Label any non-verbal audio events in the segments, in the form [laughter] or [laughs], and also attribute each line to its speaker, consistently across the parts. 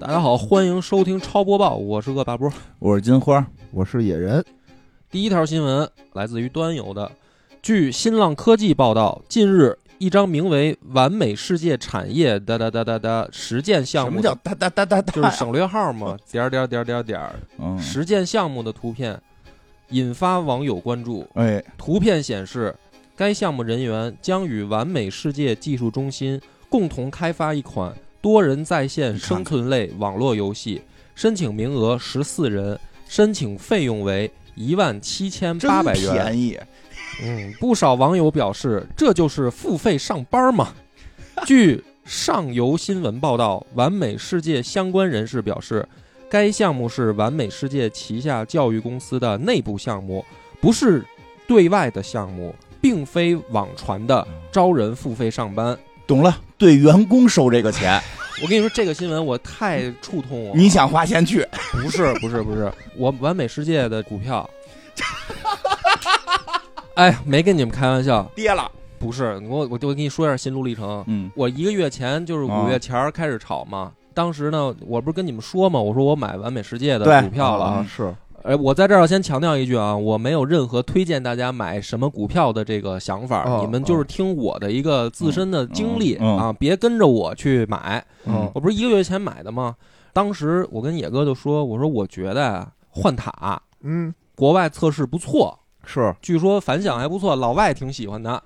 Speaker 1: 大家好，欢迎收听超播报，我是恶霸波。
Speaker 2: 我是金花，
Speaker 3: 我是野人，
Speaker 1: 第一条新闻来自于端游的，据新浪科技报道，近日一张名为“完美世界产业”哒哒哒哒哒实践项
Speaker 2: 什
Speaker 1: 目
Speaker 2: 么
Speaker 1: 的，
Speaker 2: 叫哒哒哒哒哒？ [laughs]
Speaker 1: 就是省略号嘛，点儿点儿点儿点儿点儿
Speaker 2: 嗯，
Speaker 1: 实践项目的图片引发网友关注。
Speaker 2: 哎，
Speaker 1: 图片显示，该项目人员将与完美世界技术中心共同开发一款多人在线生存类网络游戏，申请名额十四人，申请费用为一万七千
Speaker 2: 真
Speaker 1: 八百元。
Speaker 2: 便宜，
Speaker 1: 嗯，不少网友表示，这就是付费上班
Speaker 2: [laughs]
Speaker 1: 嘛。据上游新闻报道，完美世界相关人士表示，该项目是完美世界旗下教育公司的内部项目，不是对外的项目，并非网传的
Speaker 2: 嗯
Speaker 1: 招人付费上班。
Speaker 2: 懂了，对员工收这个 [laughs] 钱，
Speaker 1: 我跟你说，这个新闻我太触痛我了。
Speaker 2: 你想花钱去？
Speaker 1: 不
Speaker 2: [laughs]
Speaker 1: 是不是不是，我完美世界的股票，哎，没跟你们开玩笑，
Speaker 2: 跌了，
Speaker 1: 不是我我就跟你说一下心路历程。
Speaker 2: 嗯，
Speaker 1: 我一个月前就是
Speaker 2: 啊
Speaker 1: 五月前儿开始炒嘛，当时呢，我不是跟你们说嘛，我说我买完美世界的
Speaker 2: 对嗯
Speaker 1: 股票了。
Speaker 3: 啊，是
Speaker 1: 哎，我在这儿要先强调一句啊，我没有任何推荐大家买什么股票的这个想法，
Speaker 3: 哦
Speaker 1: 你们就是听我的一个自身的经历、
Speaker 2: 嗯嗯嗯
Speaker 1: 啊，别跟着我去买。
Speaker 3: 嗯
Speaker 1: 我不是一个月前买的吗？当时我跟野哥就说，我说我觉得啊换塔
Speaker 3: 嗯
Speaker 1: 国外测试不错，
Speaker 3: 是
Speaker 1: 据说反响还不错，老外挺喜欢的。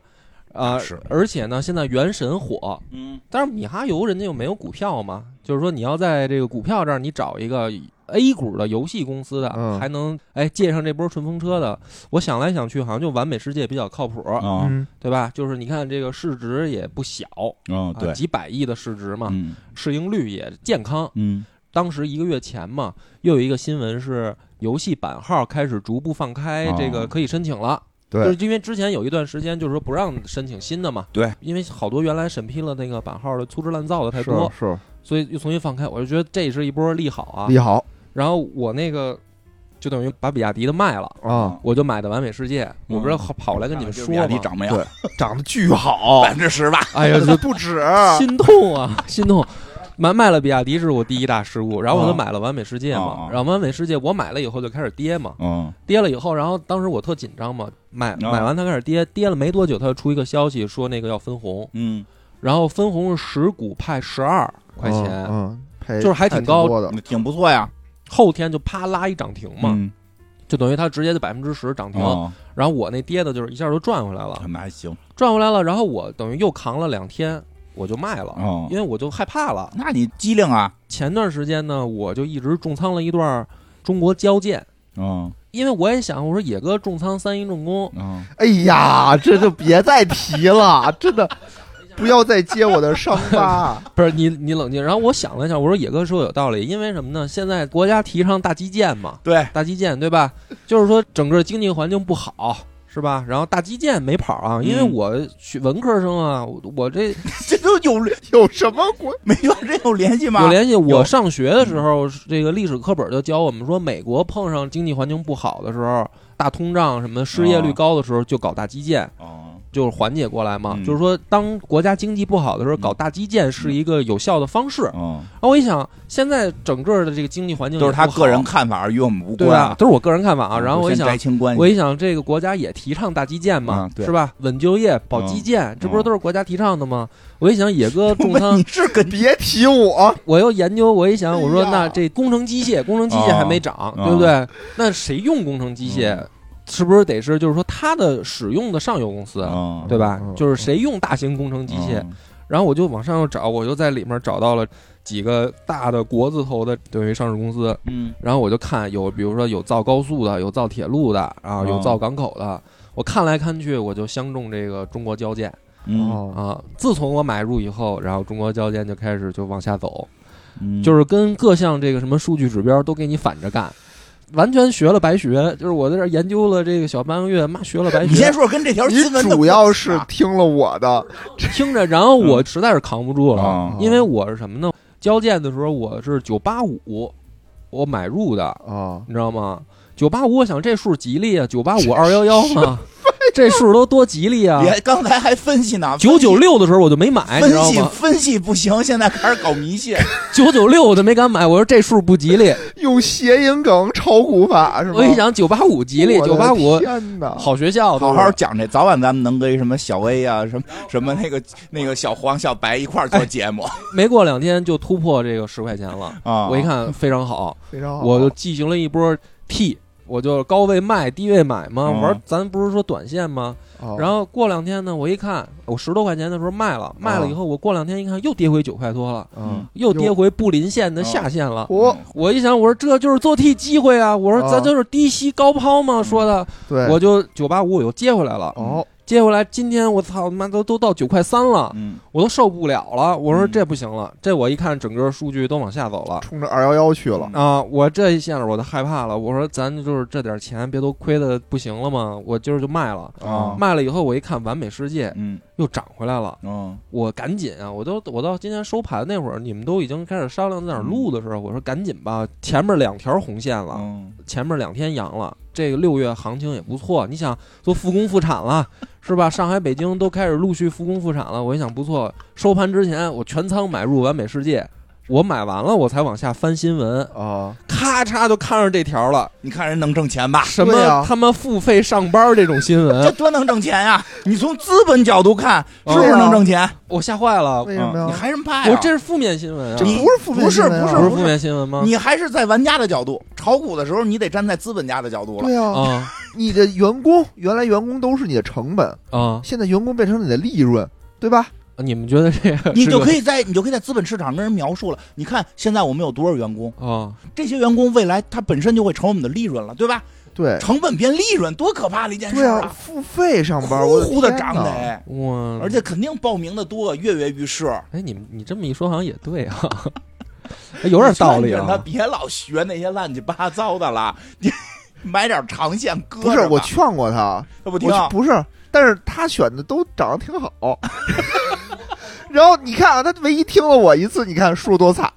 Speaker 1: 啊、
Speaker 2: 是
Speaker 1: 而且呢，现在原神火，
Speaker 2: 嗯，
Speaker 1: 但是米哈游人家又没有股票嘛，就是说你要在这个股票这儿你找一个 A 股的游戏公司的，
Speaker 3: 嗯
Speaker 1: 还能哎借上这波顺风车的。我想来想去，好像就完美世界比较靠谱，
Speaker 2: 啊
Speaker 3: 嗯
Speaker 1: 对吧？就是你看这个市值也不小
Speaker 2: 啊，
Speaker 1: 啊，
Speaker 2: 对，
Speaker 1: 几百亿的市值嘛，
Speaker 2: 嗯
Speaker 1: 市盈率也健康。
Speaker 2: 嗯
Speaker 1: 当时一个月前嘛，又有一个新闻是游戏版号开始逐步放开，
Speaker 2: 哦
Speaker 1: 这个可以申请了。
Speaker 3: 对
Speaker 1: 就是因为之前有一段时间，就是说不让申请新的嘛。
Speaker 2: 对，
Speaker 1: 因为好多原来审批了那个版号的粗制滥造的太
Speaker 3: 是
Speaker 1: 多，
Speaker 3: 是
Speaker 1: 所以又重新放开。我就觉得这是一波利好啊。
Speaker 3: 利好
Speaker 1: 然后我那个就等于把比亚迪的卖了，
Speaker 3: 啊，
Speaker 1: 我就买的完美世界。
Speaker 2: 嗯
Speaker 1: 我不是跑来跟你们说
Speaker 2: 亚
Speaker 1: 吗
Speaker 2: 迪涨没有
Speaker 3: 对长得巨
Speaker 2: [laughs]
Speaker 3: 好
Speaker 2: 百，分之十吧？
Speaker 1: 哎
Speaker 3: [laughs]
Speaker 1: 呀，
Speaker 3: 这不止，
Speaker 1: 心痛啊， [laughs] 心痛。买卖了比亚迪是我第一大失误，然后我就
Speaker 2: 啊
Speaker 1: 买了完美世界
Speaker 2: 啊
Speaker 1: 嘛
Speaker 2: 啊，
Speaker 1: 然后完美世界我买了以后就开始跌嘛，
Speaker 2: 嗯
Speaker 1: 跌了以后，然后当时我特紧张嘛，买
Speaker 2: 啊
Speaker 1: 买完它开始跌，跌了没多久，它就出一个消息说那个要分红，
Speaker 2: 嗯，
Speaker 1: 然后分红是十股派十二块
Speaker 3: 嗯
Speaker 1: 钱，
Speaker 3: 嗯，赔
Speaker 1: 就是还挺
Speaker 3: 挺
Speaker 1: 高
Speaker 3: 多的，
Speaker 2: 挺不错呀，
Speaker 1: 后天就啪拉一涨停嘛，
Speaker 2: 嗯
Speaker 1: 就等于它直接就百分之十涨停，
Speaker 2: 啊，
Speaker 1: 然后我那跌的就是一下就赚回来了，
Speaker 2: 那还行
Speaker 1: 赚回来了，然后我等于又扛了两天，我就卖了，
Speaker 2: 哦
Speaker 1: 因，为我就害怕了。
Speaker 2: 那你机灵啊，
Speaker 1: 前段时间呢，我就一直重仓了一段中国交建，
Speaker 2: 嗯
Speaker 1: 因为我也想，我说野哥重仓三一重工，
Speaker 2: 嗯，
Speaker 3: 哎呀，这就别再提了，真的不要再揭我的伤疤。
Speaker 1: 不是你你冷静。然后我想了一下，我说野哥说有道理，因为什么呢？现在国家提倡大基建嘛，
Speaker 2: 对， [laughs]
Speaker 1: 大基建对吧？就是说整个经济环境不好。是吧？然后大基建没跑啊，因为
Speaker 2: 嗯
Speaker 1: 我学文科生啊，我我这
Speaker 2: 这都有
Speaker 3: 有什么关？
Speaker 2: 没有这有联系吗？
Speaker 1: 有联系。我
Speaker 2: 有
Speaker 1: 上学的时候，这个历史课本就教我们说，美国碰上经济环境不好的时候，大通胀什么的失业率
Speaker 2: 哦
Speaker 1: 高的时候，就搞大基建，
Speaker 2: 哦，
Speaker 1: 就是缓解过来嘛。
Speaker 2: 嗯
Speaker 1: 就是说，当国家经济不好的时候，
Speaker 2: 嗯
Speaker 1: 搞大基建是一个有效的方式。然
Speaker 2: 嗯，
Speaker 1: 后啊我一想，现在整个的这个经济环境
Speaker 2: 都是他
Speaker 1: 也不好
Speaker 2: 个人看法，与我们无
Speaker 1: 对
Speaker 2: 关嗯
Speaker 1: 吧？。都是我个人看法啊。然后我一
Speaker 2: 先
Speaker 1: 想
Speaker 2: 摘。清关系， [laughs]
Speaker 1: 我一想，这个国家也提倡大基建嘛
Speaker 2: 啊，对嗯
Speaker 1: 是吧？稳就业、保基建，这不是都是国家提倡的吗？我一想，
Speaker 2: [laughs]
Speaker 1: 野哥重仓
Speaker 2: 你是跟
Speaker 3: 别提我，
Speaker 1: 我又研究，我一想，我说
Speaker 3: 哎呀
Speaker 1: 那这工程机械，工程机械还没涨，
Speaker 2: 啊
Speaker 1: 对不对？那谁用工程机械？
Speaker 2: 嗯
Speaker 1: 是不是得是就是说它的使用的上游公司，
Speaker 2: 嗯
Speaker 1: [laughs] 对吧
Speaker 3: 嗯？嗯
Speaker 1: 就是谁用大型工程机械？
Speaker 2: 嗯
Speaker 1: 然后我就往上又找，我就在里面找到了几个大的国字头的等于上市公司，
Speaker 2: 嗯
Speaker 1: 然后我就看有，比如说有造高速的，有造铁路的，啊，
Speaker 2: 嗯
Speaker 1: 有造港口的。我看来看去，我就相中这个中国交建
Speaker 2: 嗯
Speaker 3: 哦
Speaker 1: 啊。自从我买入以后，然后中国交建就开始就往下走，
Speaker 2: 嗯，
Speaker 1: 就是是跟各项这个什么数据指标都给你反着干，完全学了白学。就是我在这儿研究了这个小半个月，妈学了白
Speaker 2: 你先
Speaker 1: 学，
Speaker 2: 说说跟这条
Speaker 3: 你
Speaker 2: 新闻的
Speaker 3: 主要
Speaker 2: 关系
Speaker 3: 是
Speaker 2: 啊
Speaker 3: 听了我的，
Speaker 1: 听着，然后我实在是扛不住了，
Speaker 2: 嗯啊
Speaker 1: 因为我是什么呢？交建的时候我是九八五，我买入的，
Speaker 3: 啊，
Speaker 2: [laughs]
Speaker 1: 你知道吗？九八五，我想这数吉利啊，九八五二幺幺嘛，这数都多吉利啊！
Speaker 2: 别刚才还分析呢，
Speaker 1: 九九
Speaker 2: 分析
Speaker 1: 六的时候我就没买，你知道
Speaker 2: 分析
Speaker 1: 吗？
Speaker 2: 分析不行，现在开始搞迷
Speaker 1: [laughs]
Speaker 2: 信，
Speaker 1: 九九六我就没敢买，我说这数不
Speaker 2: [laughs]
Speaker 1: 吉利。
Speaker 3: 用谐音梗炒股法是吗？
Speaker 1: 我一想九八五吉利，
Speaker 3: 我
Speaker 1: 九
Speaker 3: 的
Speaker 1: 八五
Speaker 3: 天哪！
Speaker 1: 好学校，
Speaker 2: 啊好好讲这，早晚咱们能跟什么小 A 呀、什么什么那个那个小黄、小白一块儿
Speaker 1: 哎
Speaker 2: 做
Speaker 1: [laughs]
Speaker 2: 节目
Speaker 1: 没过两天就突破这个十块钱了。
Speaker 2: 啊！
Speaker 1: 我一看非常好，
Speaker 3: 非常好。
Speaker 1: 我就进行了一波 T，我就高位卖，低位买嘛，
Speaker 2: 嗯
Speaker 1: 玩咱不是说短线吗？
Speaker 2: 啊
Speaker 3: 哦
Speaker 1: 然后过两天呢，我一看我十多块钱的时候卖了，卖了以后我过两天一看又跌回九块多了，
Speaker 3: 嗯，
Speaker 1: 又跌回布林线的下线了。
Speaker 3: 我
Speaker 1: 我一想，我说这就是做 T 机会啊！我说咱就是低吸高抛嘛，说的，
Speaker 3: 对
Speaker 1: 我就九八五我又接回来了，
Speaker 3: 哦
Speaker 1: 接回来今天我操他妈都都到九块三了，
Speaker 2: 嗯，
Speaker 1: 我都受不了了。我说
Speaker 2: 嗯
Speaker 1: 这不行了，这我一看整个数据都往下走了。
Speaker 3: 冲着二幺幺去了。
Speaker 1: 啊！我这一下我都害怕了，我说咱就是这点钱，别都亏的不行了吗？我今儿就卖了，
Speaker 3: 哦
Speaker 2: 啊，
Speaker 1: 卖了以后我一看完美世界
Speaker 2: 嗯
Speaker 1: 又涨回来了，
Speaker 2: 嗯
Speaker 1: 我赶紧啊！我都我到今天收盘那会儿，你们都已经开始商量在
Speaker 3: 嗯
Speaker 1: 哪儿录的时候，我说赶紧吧，前面两条红线了，
Speaker 2: 嗯
Speaker 1: 前面两天阳了，这个六月行情也不错。你想都复工复产了，是吧？上海、北京都开始陆续复工复产了，我一想不错。收盘之前我全仓买入完美世界，我买完了我才往下翻新闻，
Speaker 3: 啊，
Speaker 1: 咔嚓就看上这条了，
Speaker 2: 你看人能挣钱吧？
Speaker 1: 什么、
Speaker 3: 对啊
Speaker 1: 他妈付费上班这种新
Speaker 2: 这
Speaker 1: 闻，
Speaker 2: 多能挣钱呀、你从资本角度看，是
Speaker 1: 啊
Speaker 2: 不是能挣钱？
Speaker 1: 我吓坏了。
Speaker 3: 为什么
Speaker 2: 嗯
Speaker 3: 呀？
Speaker 2: 你还什么
Speaker 3: 啊
Speaker 2: 怕呀？
Speaker 1: 我这是负面新闻啊
Speaker 3: 这，
Speaker 2: 你
Speaker 3: 不是负面
Speaker 2: 不是
Speaker 3: 新闻啊
Speaker 2: 不是
Speaker 1: 不是
Speaker 2: 不
Speaker 1: 负面新闻吗？
Speaker 2: 你还是在玩家的角度炒股的时候，你得站在资本家的角度了。
Speaker 3: 对啊，
Speaker 1: 啊
Speaker 3: 你的员工原来员工都是你的成本，
Speaker 1: 啊！
Speaker 3: 现在员工变成了你的利润，对吧？
Speaker 1: 你们觉得这个
Speaker 2: 你
Speaker 1: 是
Speaker 2: 就
Speaker 1: 个
Speaker 2: 可以在你就可以在资本市场跟人描述了。你看现在我们有多少员工？
Speaker 1: 啊？
Speaker 2: 这些员工未来他本身就会成我们的利润了，对吧？
Speaker 3: 对
Speaker 2: 成本变利润，多可怕的一件事
Speaker 3: 对啊，
Speaker 2: 啊！
Speaker 3: 付费上班，
Speaker 2: 呼
Speaker 3: 我
Speaker 2: 呼
Speaker 3: 的
Speaker 2: 的
Speaker 3: 天
Speaker 2: 涨
Speaker 3: 哪
Speaker 2: 得，哎
Speaker 1: 我
Speaker 2: 而且肯定报名的多，跃跃欲试。
Speaker 1: 哎，你们你这么一说好像也对
Speaker 3: [laughs]
Speaker 1: 啊，哎有点道理
Speaker 2: 劝劝他
Speaker 1: 啊。
Speaker 2: 别老学那些乱七八糟的了，你 [laughs] 买点长线搁
Speaker 3: 不
Speaker 2: 着吧。
Speaker 3: 是我劝过他，
Speaker 2: 他不听
Speaker 3: 我，去不是，但是他选的都长得挺好。 [laughs] 然后你看啊，他唯一听了我一次，你看输多惨！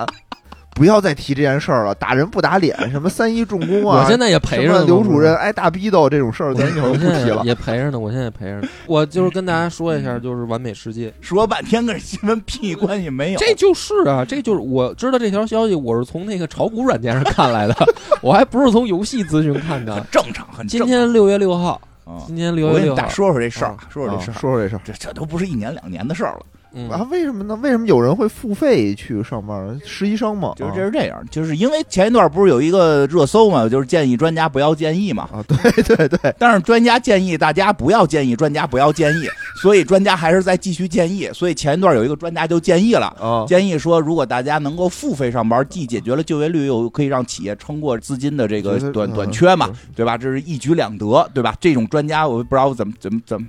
Speaker 3: 不要再提这件事儿了，打人不打脸，什么三一重工啊，
Speaker 1: 我现在也陪
Speaker 3: 什
Speaker 1: 着
Speaker 3: 么
Speaker 1: 呢
Speaker 3: 刘主任，挨大逼斗这种事儿，
Speaker 1: 我
Speaker 3: 咱就
Speaker 1: 我
Speaker 3: 不
Speaker 1: 现
Speaker 3: 提
Speaker 1: 在
Speaker 3: 了。嗯
Speaker 1: 也陪着呢，我现在也陪着呢。我就是跟大家说一下，就是完美世界，
Speaker 2: 说半天跟新闻屁关系没有。
Speaker 1: 这就是啊，这就是我知道这条消息，我是从那个炒股软件上看
Speaker 3: [laughs]
Speaker 1: 来的，我还不是从游戏资讯看的
Speaker 2: 很。正常，很正
Speaker 1: 今
Speaker 2: 常。
Speaker 1: 天六月六号，
Speaker 2: 啊
Speaker 1: 今天
Speaker 2: 我
Speaker 1: 六月
Speaker 2: 跟
Speaker 1: 六
Speaker 2: 你
Speaker 1: 号
Speaker 2: 大，说说这事儿
Speaker 1: 啊，
Speaker 2: 说说这事
Speaker 3: 啊
Speaker 2: 儿，
Speaker 3: 说说这事儿。
Speaker 2: 这这都不是一年两年的事儿了。
Speaker 1: 嗯
Speaker 3: 啊，为什么呢？为什么有人会付费去上班呢？实习生嘛，啊
Speaker 2: 就是这是这样，就是因为前一段不是有一个热搜嘛，就是建议专家不要建议嘛。
Speaker 3: 啊，对对对，
Speaker 2: 但是专家建议大家不要建议，专家不要建议，所以专家还是在继续建议。所以前一段有一个专家就建议了，
Speaker 3: 啊，
Speaker 2: 建议说，如果大家能够付费上班，既解决了就业率，又可以让企业撑过资金的这个
Speaker 3: 觉得
Speaker 2: 短
Speaker 3: 嗯
Speaker 2: 短缺嘛，对吧？这是一举两得，对吧？这种专家我不知道怎么怎么怎么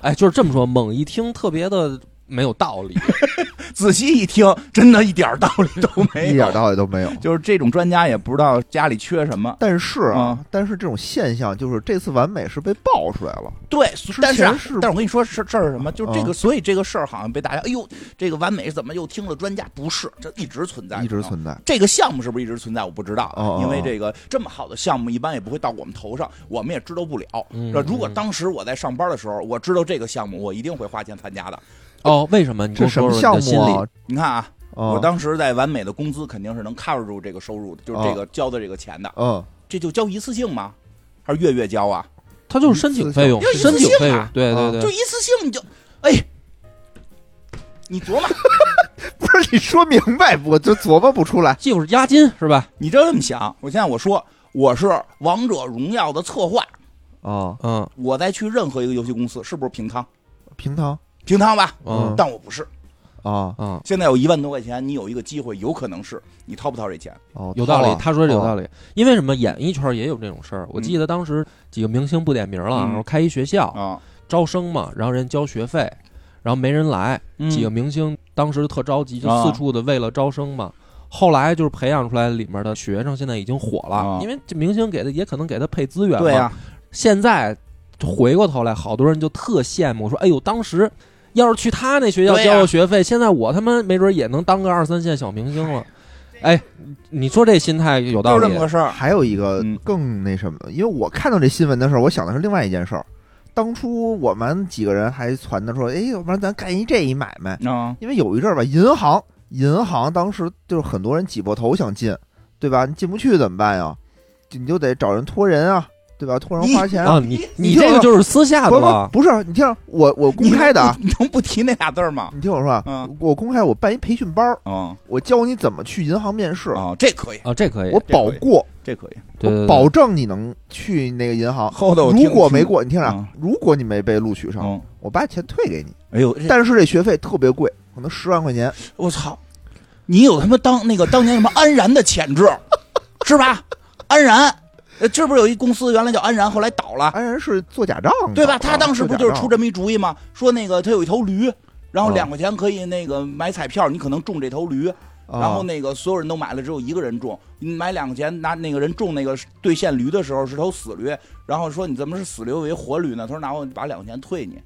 Speaker 1: 哎，就是这么说，猛一听特别的没有道理。
Speaker 2: 仔细一听，真的一点儿道理都没有，
Speaker 3: 一点道理
Speaker 1: [laughs]
Speaker 3: 都没有。
Speaker 2: 就是这种专家也不知道家里缺什么，
Speaker 3: 但是
Speaker 2: 啊
Speaker 1: 嗯
Speaker 3: 啊，但是这种现象就是这次完美是被爆出来了，
Speaker 2: 对，但是、嗯啊
Speaker 3: 前是，
Speaker 2: 但是我跟你说事事儿是什么，就是这个，
Speaker 3: 啊
Speaker 2: 所以这个事儿好像被大家，哎呦，这个完美怎么又听了专家？不是，这一直存在，
Speaker 3: 一直。存在。
Speaker 2: 这个项目是不是一直存在？我不知道啊，
Speaker 3: 哦哦
Speaker 2: 因为这个这么好的项目，一般也不会到我们头上，我们也知道不了。
Speaker 1: 嗯
Speaker 2: 那如果当时我在上班的时候，我知道这个项目，我一定会花钱参加的。
Speaker 1: 哦，为什么？你给
Speaker 3: 这
Speaker 1: 我
Speaker 3: 什
Speaker 1: 说
Speaker 3: 么
Speaker 1: 说你
Speaker 3: 项
Speaker 1: 的心
Speaker 3: 目
Speaker 1: 理
Speaker 3: 啊？
Speaker 2: 你看啊，
Speaker 3: 啊
Speaker 2: 我当时在完美的工资肯定是能 cover 住这个收入的，就是这个交的这个钱的，
Speaker 3: 嗯， [laughs]
Speaker 2: 这就交一次性吗？还是月月交啊？
Speaker 1: 它就是申请费用，
Speaker 2: 就一次
Speaker 1: 申请
Speaker 2: 性
Speaker 1: 费用
Speaker 2: 啊，
Speaker 1: 对对
Speaker 3: 啊
Speaker 1: 对
Speaker 2: 就，一次性你就，哎，你琢磨，
Speaker 3: 不是你说明白，我就琢磨不
Speaker 1: [laughs]
Speaker 3: 出来。
Speaker 1: 就是押金是吧？
Speaker 2: [laughs] 你就这么想。我现在我说我是王者荣耀的策划，
Speaker 3: 啊，
Speaker 1: 嗯
Speaker 2: 我再去任何一个游戏公司，是不是平仓？
Speaker 3: 平常
Speaker 2: 平仓吧，
Speaker 3: 哦
Speaker 1: 嗯
Speaker 2: 但我不是。
Speaker 3: 啊，
Speaker 1: 嗯，
Speaker 2: 现在有一万多块钱，你有一个机会，有可能是你掏不掏这钱？
Speaker 3: 哦，
Speaker 1: 有道理，
Speaker 3: 啊
Speaker 1: 他说的有道
Speaker 3: 理。
Speaker 1: 理。因为什么？演艺圈也有这种事儿。我记得当时几个明星不点名了，
Speaker 2: 嗯
Speaker 1: 然后开一学
Speaker 3: 哦
Speaker 1: 校
Speaker 2: 啊，
Speaker 1: 招生嘛，然后人交学费，然后没人来，
Speaker 2: 嗯
Speaker 1: 几个明星当时特着急，就
Speaker 2: 啊
Speaker 1: 四处的为了招生嘛。后来就是培养出来里面的学生，现在已经火
Speaker 2: 啊
Speaker 1: 了，因为这明星给的也可能给他配资源嘛。
Speaker 2: 对啊呀，
Speaker 1: 现在回过头来，好多人就特羡慕，说：“哎呦，当时要是去他那学校
Speaker 2: 对呀
Speaker 1: 交个学费，现在我他妈没准也能当个二三线小明星了。”哎，你说这心态有道
Speaker 2: 就是
Speaker 1: 理
Speaker 2: 这么个事儿。
Speaker 3: 还有一个
Speaker 2: 嗯
Speaker 3: 更那什么的，因为我看到这新闻的时候，我想的是另外一件事儿。当初我们几个人还传的说，哎，要不然咱干一这一买卖，
Speaker 2: 啊，
Speaker 3: 因为有一阵儿吧，银行银行当时就是很多人挤破头想进，对吧？你进不去怎么办呀？就你就得找人托人啊，对吧？托人花钱
Speaker 1: 啊，你
Speaker 3: 你
Speaker 1: 你
Speaker 3: 听
Speaker 1: 这个
Speaker 3: 着
Speaker 1: 就是私
Speaker 2: 啊
Speaker 1: 下的
Speaker 3: 不
Speaker 1: 了
Speaker 3: 不，不是，你听着我我公开的啊，
Speaker 2: 你 [laughs] 能不提那俩字儿吗？
Speaker 3: 你听我说啊
Speaker 2: 嗯，
Speaker 3: 我公开我办一培训班儿，
Speaker 2: 啊
Speaker 3: 我教你怎么去银行面试，
Speaker 2: 啊，这可以，
Speaker 1: 啊，这可以
Speaker 3: 我，保过，
Speaker 2: 这可以。
Speaker 1: 对对对
Speaker 3: 我保证你能去那个银行。
Speaker 2: 后头
Speaker 3: 如果没，过，你听着
Speaker 2: 嗯
Speaker 3: 啊，如果你没被录取上，
Speaker 2: 嗯，
Speaker 3: 我把钱退给你，
Speaker 2: 哎呦，这
Speaker 3: 但是这学费特别贵，可能十万块钱。
Speaker 2: 我操，你有他妈当那个当年什么安然的潜质， [laughs] 是吧？安然，呃这不是有一公司原来叫安然，后来倒了，
Speaker 3: 安然是做假账的，
Speaker 2: 啊
Speaker 3: 啊
Speaker 2: 对吧？他当时不就是出
Speaker 3: 这
Speaker 2: 这么一主意吗？说那个他有一头驴。然后
Speaker 3: 啊
Speaker 2: 两块钱可以那个买彩票，你可能中这头驴，
Speaker 3: 啊
Speaker 2: 然后那个所有人都买了，只有一个人中。你买两块钱，拿那个人中那个兑现驴的时候是头死驴，然后说你怎么是死驴为活驴呢？他说拿我把两块钱退你，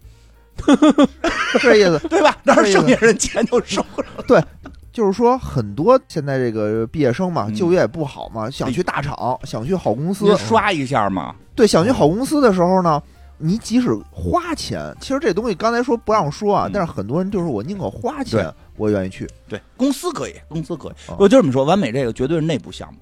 Speaker 3: [laughs] 这意思，
Speaker 2: 对吧？然后
Speaker 3: 对
Speaker 2: 剩下人钱就收了。
Speaker 3: 就是说很多现在这个毕业生嘛，
Speaker 2: 嗯
Speaker 3: 就业也不好嘛，想去大厂，想去好公司，
Speaker 2: 刷嗯一下嘛，
Speaker 3: 对，想去好公司的时候呢。你即使花钱，其实这东西刚才说不让说啊，
Speaker 2: 嗯
Speaker 3: 但是很多人就是我宁可花钱
Speaker 2: 对，
Speaker 3: 我愿意去。
Speaker 2: 对，公司可以，公司可以。
Speaker 3: 哦
Speaker 2: 我就这么说，完美这个绝对是内部项目，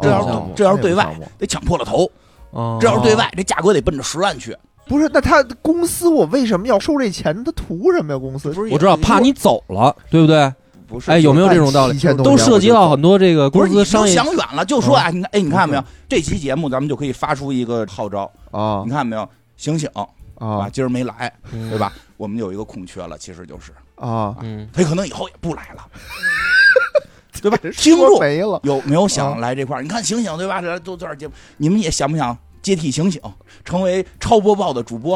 Speaker 2: 这要是
Speaker 1: 哦
Speaker 2: 这要是对外
Speaker 3: 那不
Speaker 2: 得抢破了头；
Speaker 1: 哦
Speaker 2: 这要是对外，这价格得奔着十万去。
Speaker 3: 不是，那他公司我为什么要收这钱？他图什么呀？公司
Speaker 2: 不是，
Speaker 1: 我知道，怕你走了，对不对？
Speaker 3: 不是
Speaker 1: 哎有没有这种道理
Speaker 3: 7000多
Speaker 1: 都
Speaker 3: 元
Speaker 1: 涉及到很多这个
Speaker 2: 不
Speaker 1: 公
Speaker 2: 是你
Speaker 1: 司
Speaker 2: 都
Speaker 1: 商业
Speaker 2: 想远了，就说啊，你看，哎，你看没有？这期节目咱们就可以发出一个号召，
Speaker 3: 啊
Speaker 2: 你看没有？醒醒啊！
Speaker 3: 啊
Speaker 2: 今儿没来，对
Speaker 1: 对？
Speaker 2: 吧？我们有一个空缺了，其实就是
Speaker 3: 啊！
Speaker 1: 嗯，
Speaker 2: 他可能以后也不来了，对吧？听
Speaker 3: 听
Speaker 2: 众
Speaker 3: 没了，
Speaker 2: 有没有想来这块儿？你看醒醒，对吧？这都这儿节目，你们也想不想接替醒醒，成为超播报的主播？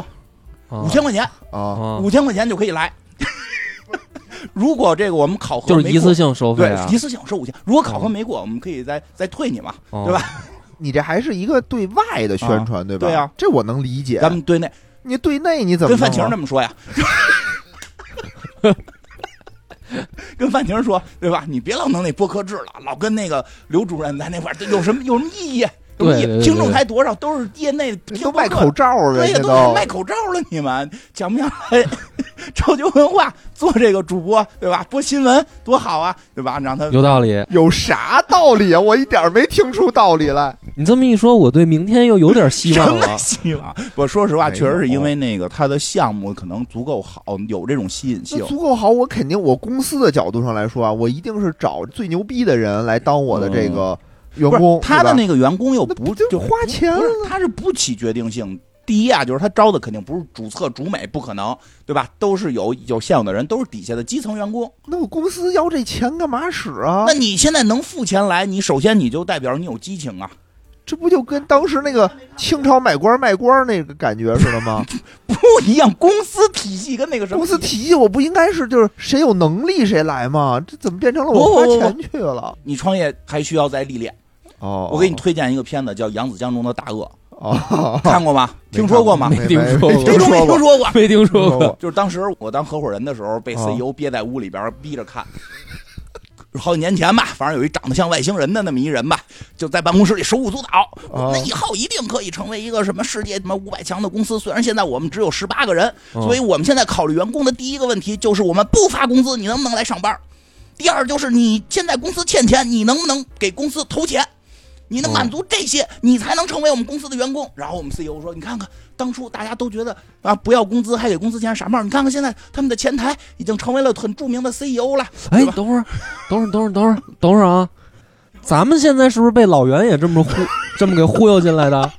Speaker 1: 啊
Speaker 2: 五千块钱，
Speaker 3: 啊
Speaker 1: 啊
Speaker 2: 五千块钱就可以来。 [laughs] 如果这个我们考核
Speaker 1: 就是
Speaker 2: 没
Speaker 1: 一次
Speaker 2: 过
Speaker 1: 性收费啊嗯
Speaker 2: 对，一，次性收五千。如果考核没过，我们可以再再退你嘛，
Speaker 1: 哦
Speaker 2: 对？吧？
Speaker 3: 你这还是一个对外的宣传，对吧？
Speaker 2: 对啊，
Speaker 3: 这我能理解。
Speaker 2: 咱们对内
Speaker 3: 你对内你怎么
Speaker 2: 跟范晴
Speaker 3: 弄啊
Speaker 2: 这么说呀， [laughs] 跟范晴说，对吧？你别老弄那播客制了，老跟那个刘主任在那块儿，这有什么有什么意义？有什么意义
Speaker 1: 对对对
Speaker 2: 听众才多少，都是业内
Speaker 3: 你
Speaker 2: 听
Speaker 3: 都
Speaker 2: 播
Speaker 3: 卖
Speaker 2: 客
Speaker 3: 口罩儿了，
Speaker 2: 对
Speaker 3: 人
Speaker 2: 呀，
Speaker 3: 家
Speaker 2: 都
Speaker 3: 都
Speaker 2: 卖口罩了，你们想不想来 [laughs] 超级文化做这个主播，对吧？播新闻多好啊，对吧？让他
Speaker 1: 有道理，
Speaker 3: 有啥道理啊？我一点儿没听出道理来。
Speaker 1: 你这么一说，我对明天又有点希
Speaker 2: 什
Speaker 1: 望
Speaker 2: 么
Speaker 1: 了。
Speaker 2: 希望？我啊说实话，
Speaker 3: 没
Speaker 2: 确实是
Speaker 3: 有
Speaker 2: 因为那个他的项目可能足够好，有这种吸引性
Speaker 3: 那。足够好，我肯定，我公司的角度上来说啊，我一定是找最牛逼的人来当我的这个员
Speaker 2: 嗯不是
Speaker 3: 工。
Speaker 2: 他的
Speaker 3: 对吧
Speaker 2: 那个员工又
Speaker 3: 那
Speaker 2: 不
Speaker 3: 就
Speaker 2: 就啊
Speaker 3: 花钱
Speaker 2: 不是
Speaker 3: 了
Speaker 2: 他是不起决定性。第一啊，就是他招的肯定不是主策主美，不可能，对吧？都是有有现有的人，都是底下的基层员工。
Speaker 3: 那我公司要这钱干嘛使啊
Speaker 2: 那？你现在能付钱来，你首先你就代表你有激情啊，
Speaker 3: 这不就跟当时那个清朝买官卖官那个感觉似的
Speaker 2: [laughs]
Speaker 3: 吗？
Speaker 2: [laughs] 不一样。公司体系跟那个什么
Speaker 3: 公司
Speaker 2: 体系
Speaker 3: 体系我不应该是就是谁有能力谁来吗？这怎么变成了
Speaker 2: 不
Speaker 3: 我花
Speaker 2: 不不
Speaker 3: 钱去了？
Speaker 2: 你创业还需要再历练。
Speaker 3: 哦，
Speaker 2: 我给你推荐一个片子，叫《扬子江中的大鳄
Speaker 3: 哦》，，
Speaker 2: 看过吗？
Speaker 3: 没
Speaker 2: 听
Speaker 3: 看
Speaker 2: 说过吗？
Speaker 1: 没听
Speaker 3: 没
Speaker 1: 说过
Speaker 2: 这都
Speaker 3: 没听
Speaker 2: 没
Speaker 3: 说
Speaker 2: 听
Speaker 3: 过。
Speaker 2: 说
Speaker 1: [laughs]
Speaker 2: 过。
Speaker 1: 没听说
Speaker 3: 没有
Speaker 1: 过，
Speaker 2: 就是当时我当合伙人的时候，被
Speaker 3: 啊
Speaker 2: CEO 憋在屋里边逼着看，好几年前吧，反正有一长得像外星人的那么一人吧，就在办公室里手舞足蹈。我们以后一定可以成为一个什么世界什么五百强的公司，虽然现在我们只有十八个人，
Speaker 1: 嗯
Speaker 2: 所以我们现在考虑员工的第一个问题就是我们不发工资，你能不能来上班儿？第二就是你现在公司欠钱，你能不能给公司投钱？你能满足这些，你才能成为我们公司的员工。然后我们 CEO 说：“你看看，当初大家都觉得啊，不要工资还给公司钱傻帽儿，你看看现在他们的前台已经成为了很著名的 CEO 了。
Speaker 1: 哎
Speaker 2: 对，吧
Speaker 1: 等会儿，等会儿，等会儿，等会儿，等会儿啊！咱们现在是不是被老袁也这么忽 [laughs] 这么给忽悠进来的？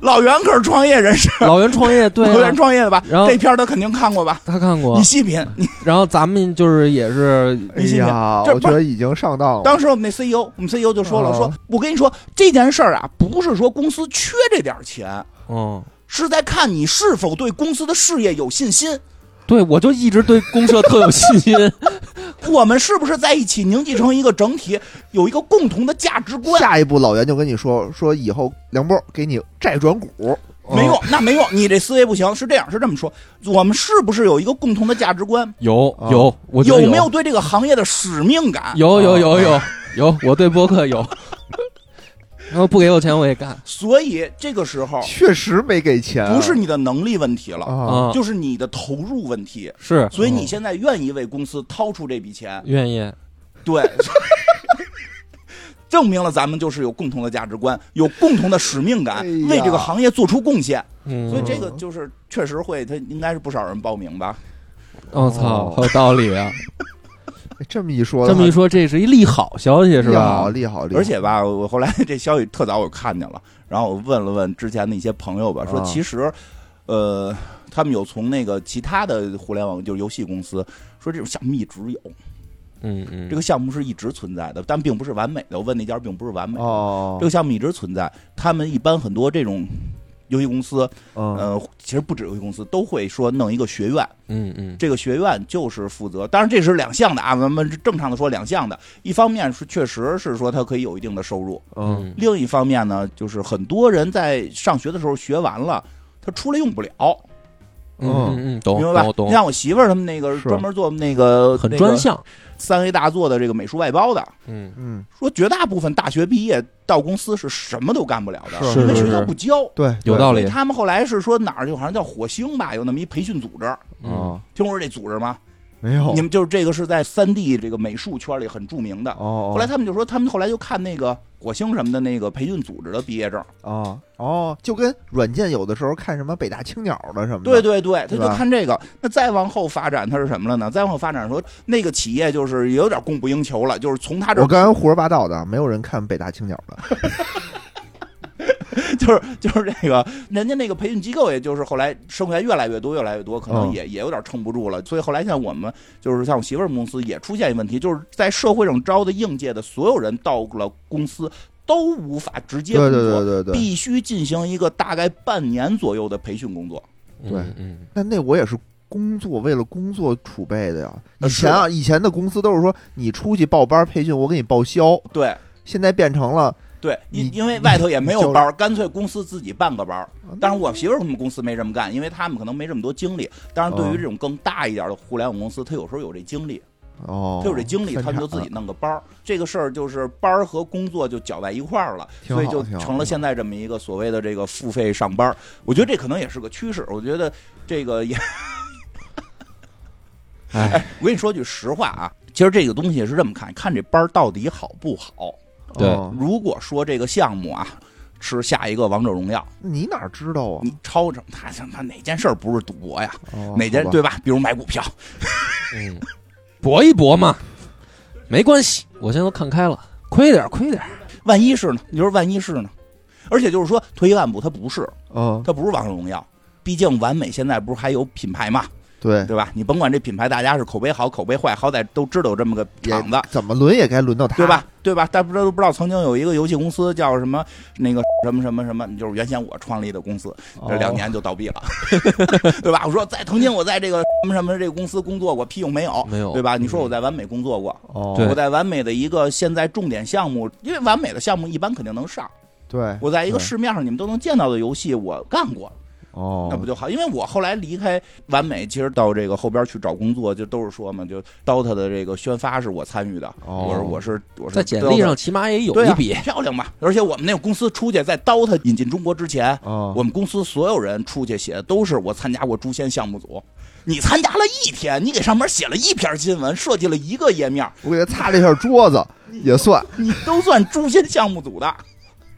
Speaker 2: 老袁可是创业人士，
Speaker 1: 老袁创业，对、
Speaker 2: 老
Speaker 1: 啊
Speaker 2: 袁，创业的吧？
Speaker 1: 然后
Speaker 2: 这片儿他肯定看过吧？
Speaker 1: 他看过
Speaker 2: 你。细品，你
Speaker 1: 然后咱们就是也是
Speaker 3: 哎
Speaker 2: 你信不信
Speaker 3: 呀，
Speaker 2: 这
Speaker 3: 我
Speaker 2: 不
Speaker 3: 觉
Speaker 2: 是
Speaker 3: 得已经上当了。
Speaker 2: 当时我们那 CEO，我们 CEO 就说了，
Speaker 3: 哦
Speaker 2: 说我跟你说这件事儿啊，不是说公司缺这点儿钱，
Speaker 1: 嗯，
Speaker 2: 是在看你是否对公司的事业有信心。
Speaker 1: 对，我就一直对公社特有信心。
Speaker 2: 我们是不是在一起凝聚成一个整体，有一个共同的价值观？
Speaker 3: 下一步老袁就跟你说说以后梁波给你债转股，
Speaker 2: 哦没用，那没用，你这思维不行。是这样，是这么说，我们是不是有一个共同的价值观？
Speaker 1: 有
Speaker 3: 啊
Speaker 1: 嗯有，我觉
Speaker 2: 有
Speaker 1: 得
Speaker 2: 没有对这个行业的使命感？
Speaker 1: 有有有有有，我对播客有。嗯 [laughs] 然后不给我钱我也干
Speaker 2: 所以这个时候
Speaker 3: 确实没给钱，
Speaker 2: 不是你的能力问题了，
Speaker 3: 啊，
Speaker 1: 啊，
Speaker 2: 就是你的投入问题。
Speaker 1: 是
Speaker 2: 所以你现在愿意为公司掏出这笔钱，
Speaker 1: 愿意
Speaker 2: 对， [laughs] 证明了咱们就是有共同的价值观，有共同的使命感，
Speaker 3: 哎呀
Speaker 2: 为这个行业做出贡献。
Speaker 1: 嗯，
Speaker 2: 所以这个就是确实会，他应该是不少人报名吧？
Speaker 1: 我哦操，好有道理啊！
Speaker 3: 这么一说，
Speaker 1: 这么一说，这是一利好消息是
Speaker 3: 利好
Speaker 1: 吧？
Speaker 3: 利好利好，
Speaker 2: 而且吧，我后来这消息特早我看见了，然后我问了问之前的一些朋友吧，说
Speaker 3: 啊
Speaker 2: 其实，呃，他们有从那个其他的互联网就是游戏公司说这种项目一直有，
Speaker 1: 嗯嗯，
Speaker 2: 这个项目是一直存在的，但并不是完美的。我问那家并不是完美的，
Speaker 3: 哦
Speaker 2: 这，个项目一直存在。他们一般很多这种游戏公司，
Speaker 3: 嗯
Speaker 2: 呃，其实不止游戏公司都会说弄一个学院，
Speaker 1: 嗯嗯
Speaker 2: 这个学院就是负责，当然这是两项的啊，咱们正常的说两项的，一方面是确实是说它可以有一定的收入，
Speaker 3: 嗯，
Speaker 2: 另一方面呢，就是很多人在上学的时候学完了。他出来用不了，
Speaker 1: 嗯嗯，懂
Speaker 2: 明白吧
Speaker 1: 懂？懂
Speaker 2: 你，像我媳妇儿他们那个
Speaker 3: 是
Speaker 2: 专门做那个
Speaker 1: 很专项，
Speaker 2: 三 A 大作的这个美术外包的，
Speaker 1: 嗯
Speaker 3: 嗯，
Speaker 2: 说绝大部分大学毕业到公司是什么都干不了的，
Speaker 3: 是
Speaker 2: 因为
Speaker 1: 是是
Speaker 2: 学校不教。
Speaker 3: 对，
Speaker 1: 有道
Speaker 2: 所
Speaker 1: 理
Speaker 2: 以他们后来是说哪儿就好像叫火星吧，有那么一培训组织，
Speaker 3: 理
Speaker 1: 嗯
Speaker 3: 啊，
Speaker 2: 听说这组织吗？
Speaker 3: 没有
Speaker 2: 你们就是这个是在三 D 这个美术圈里很著名的。
Speaker 3: 哦，
Speaker 2: 后来他们就说，他们后来就看那个火星什么的那个培训组织的毕业证，
Speaker 3: 哦哦，就跟软件有的时候看什么北大青鸟的什么的，
Speaker 2: 对对对，他
Speaker 3: 对
Speaker 2: 就
Speaker 3: 吧
Speaker 2: 看这个。那再往后发展，它是什么了呢？再往后发展说，那个企业就是有点供不应求了，就是从他这
Speaker 3: 我
Speaker 2: 儿
Speaker 3: 刚才胡说八道的，没有人看北大青鸟的。
Speaker 2: [laughs] 就是就是这个，人家那个培训机构，也就是后来生源越来越多，越来越多，可能
Speaker 3: 嗯
Speaker 2: 也、也有点撑不住了。所以后来像我们，就是像我媳妇儿公司也出现一问题，就是在社会上招的应届的所有人到了公司都无法直接
Speaker 3: 对
Speaker 2: 工作，
Speaker 3: 对对对对，
Speaker 2: 必须进行一个大概半年左右的培训工作。
Speaker 1: 嗯
Speaker 3: 对
Speaker 1: 嗯
Speaker 3: 那那我也是工作，为了工作储备的呀。
Speaker 2: 呃
Speaker 3: 以前啊，以前的公司都是说你出去报班培训，我给你报销。
Speaker 2: 对
Speaker 3: 现在变成了，
Speaker 2: 对，因
Speaker 3: 你
Speaker 2: 因为外头也没
Speaker 3: 你
Speaker 2: 有
Speaker 3: 嗯就
Speaker 2: 班儿，干脆公司自己办个班儿。
Speaker 3: 啊
Speaker 2: 但是我媳妇儿他们公司没这么干，因为他们可能没这么多精力。当然，对于
Speaker 3: 哦
Speaker 2: 这种更大一点的互联网公司，他有时候有这精力，
Speaker 3: 哦，嗯
Speaker 2: 他有这精力，
Speaker 3: 分
Speaker 2: 他们就自
Speaker 3: 产
Speaker 2: 己弄个班儿。这个事儿就是班儿和工作就搅在一块儿了，
Speaker 3: 挺
Speaker 2: 所以
Speaker 3: 好
Speaker 2: 就
Speaker 3: 挺好
Speaker 2: 成了现在这么一个所谓的这个付费上班儿。我觉得这可能也是个趋势。我觉得这个
Speaker 3: [laughs]
Speaker 2: 也，
Speaker 1: 哎
Speaker 2: 我跟你说句实话啊，其实这个东西是这么看，看这班儿到底好不好。
Speaker 1: 对
Speaker 3: 哦
Speaker 2: 如果说这个项目啊是下一个王者荣耀，
Speaker 3: 你哪知道啊？
Speaker 2: 你超整他他他哪件事儿不是赌博呀？
Speaker 3: 哦
Speaker 2: 哪件
Speaker 3: 好吧
Speaker 2: 对吧？比如买股票，
Speaker 1: 嗯，搏一搏嘛，没关系，我现在都看开了，亏点儿亏点儿，
Speaker 2: 万一是呢？你说万一是呢？而且就是说，退一万步，它不是，
Speaker 3: 嗯，
Speaker 2: 它不是王者荣耀。毕竟完美现在不是还有品牌嘛，
Speaker 3: 对，
Speaker 2: 对吧？你甭管这品牌，大家是口碑好口碑坏，好歹都知道有这么个厂子
Speaker 3: 也，怎么轮也该轮到他，
Speaker 2: 对？吧？对吧？但不知道不知道曾经有一个游戏公司叫什么那个什么什么什么，就是原先我创立的公司，
Speaker 3: 哦
Speaker 2: 这两年就倒闭了，
Speaker 1: 哦
Speaker 2: [laughs] 对吧？我说在曾经我在这个什么什么这个公司工作过，屁用没有，
Speaker 1: 没有嗯
Speaker 2: 对吧？你说我在完美工作过，
Speaker 3: 哦，
Speaker 1: 对
Speaker 2: 我在完美的一个现在重点项目，因为完美的项目一般肯定能上，
Speaker 3: 对，
Speaker 2: 我在一个
Speaker 3: 对
Speaker 2: 市面上你们都能见到的游戏，我干过，
Speaker 3: 哦，
Speaker 2: 那不就好？因为我后来离开完美，其实到这个后边去找工作，就都是说嘛，就 DOTA 的这个宣发是我参与的，
Speaker 3: 哦
Speaker 2: 我是我是我是
Speaker 1: 在简历
Speaker 2: DOTA
Speaker 1: 上起码也有
Speaker 2: 对
Speaker 1: 一
Speaker 2: 啊
Speaker 1: 笔，
Speaker 2: 漂亮嘛，而且我们那个公司出去在 DOTA 引进中国之前，
Speaker 3: 哦，
Speaker 2: 我们公司所有人出去写的都是我参加过诛仙项目组。你参加了一天，你给上面写了一篇新闻，设计了一个页面，
Speaker 3: 我给他擦了一下桌子，也算
Speaker 2: 你都算诛仙项目组的。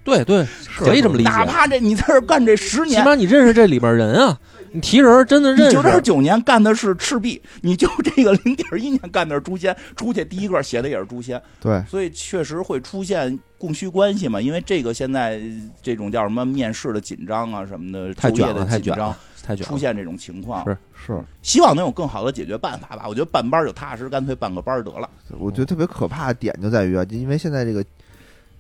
Speaker 1: 对对，可以这么理
Speaker 2: 哪
Speaker 1: 解。
Speaker 2: 怕这你在这儿干这十
Speaker 1: 起
Speaker 2: 年，
Speaker 1: 码你认识这里边人啊，你提人儿真的认
Speaker 2: 你九点
Speaker 1: 识，
Speaker 2: 九年干的是赤壁，你就这个零点一年干的是诛仙，出去第一个写的也是诛仙，
Speaker 3: 对，
Speaker 2: 所以确实会出现供需关系嘛。因为这个现在这种叫什么面试的紧张啊什么的，
Speaker 1: 太
Speaker 2: 就
Speaker 1: 卷
Speaker 2: 业
Speaker 1: 了，
Speaker 2: 的
Speaker 1: 太
Speaker 2: 紧
Speaker 1: 卷
Speaker 2: 张
Speaker 1: 了，，太卷
Speaker 2: 出
Speaker 1: 了。
Speaker 2: 现这种情况
Speaker 1: 是，
Speaker 3: 是，
Speaker 2: 希望能有更好的解决办法吧。我觉得办班儿就踏实，干脆办个班儿得了。
Speaker 3: 我
Speaker 2: 嗯
Speaker 3: 觉得特别可怕的点就在于啊，因为现在这个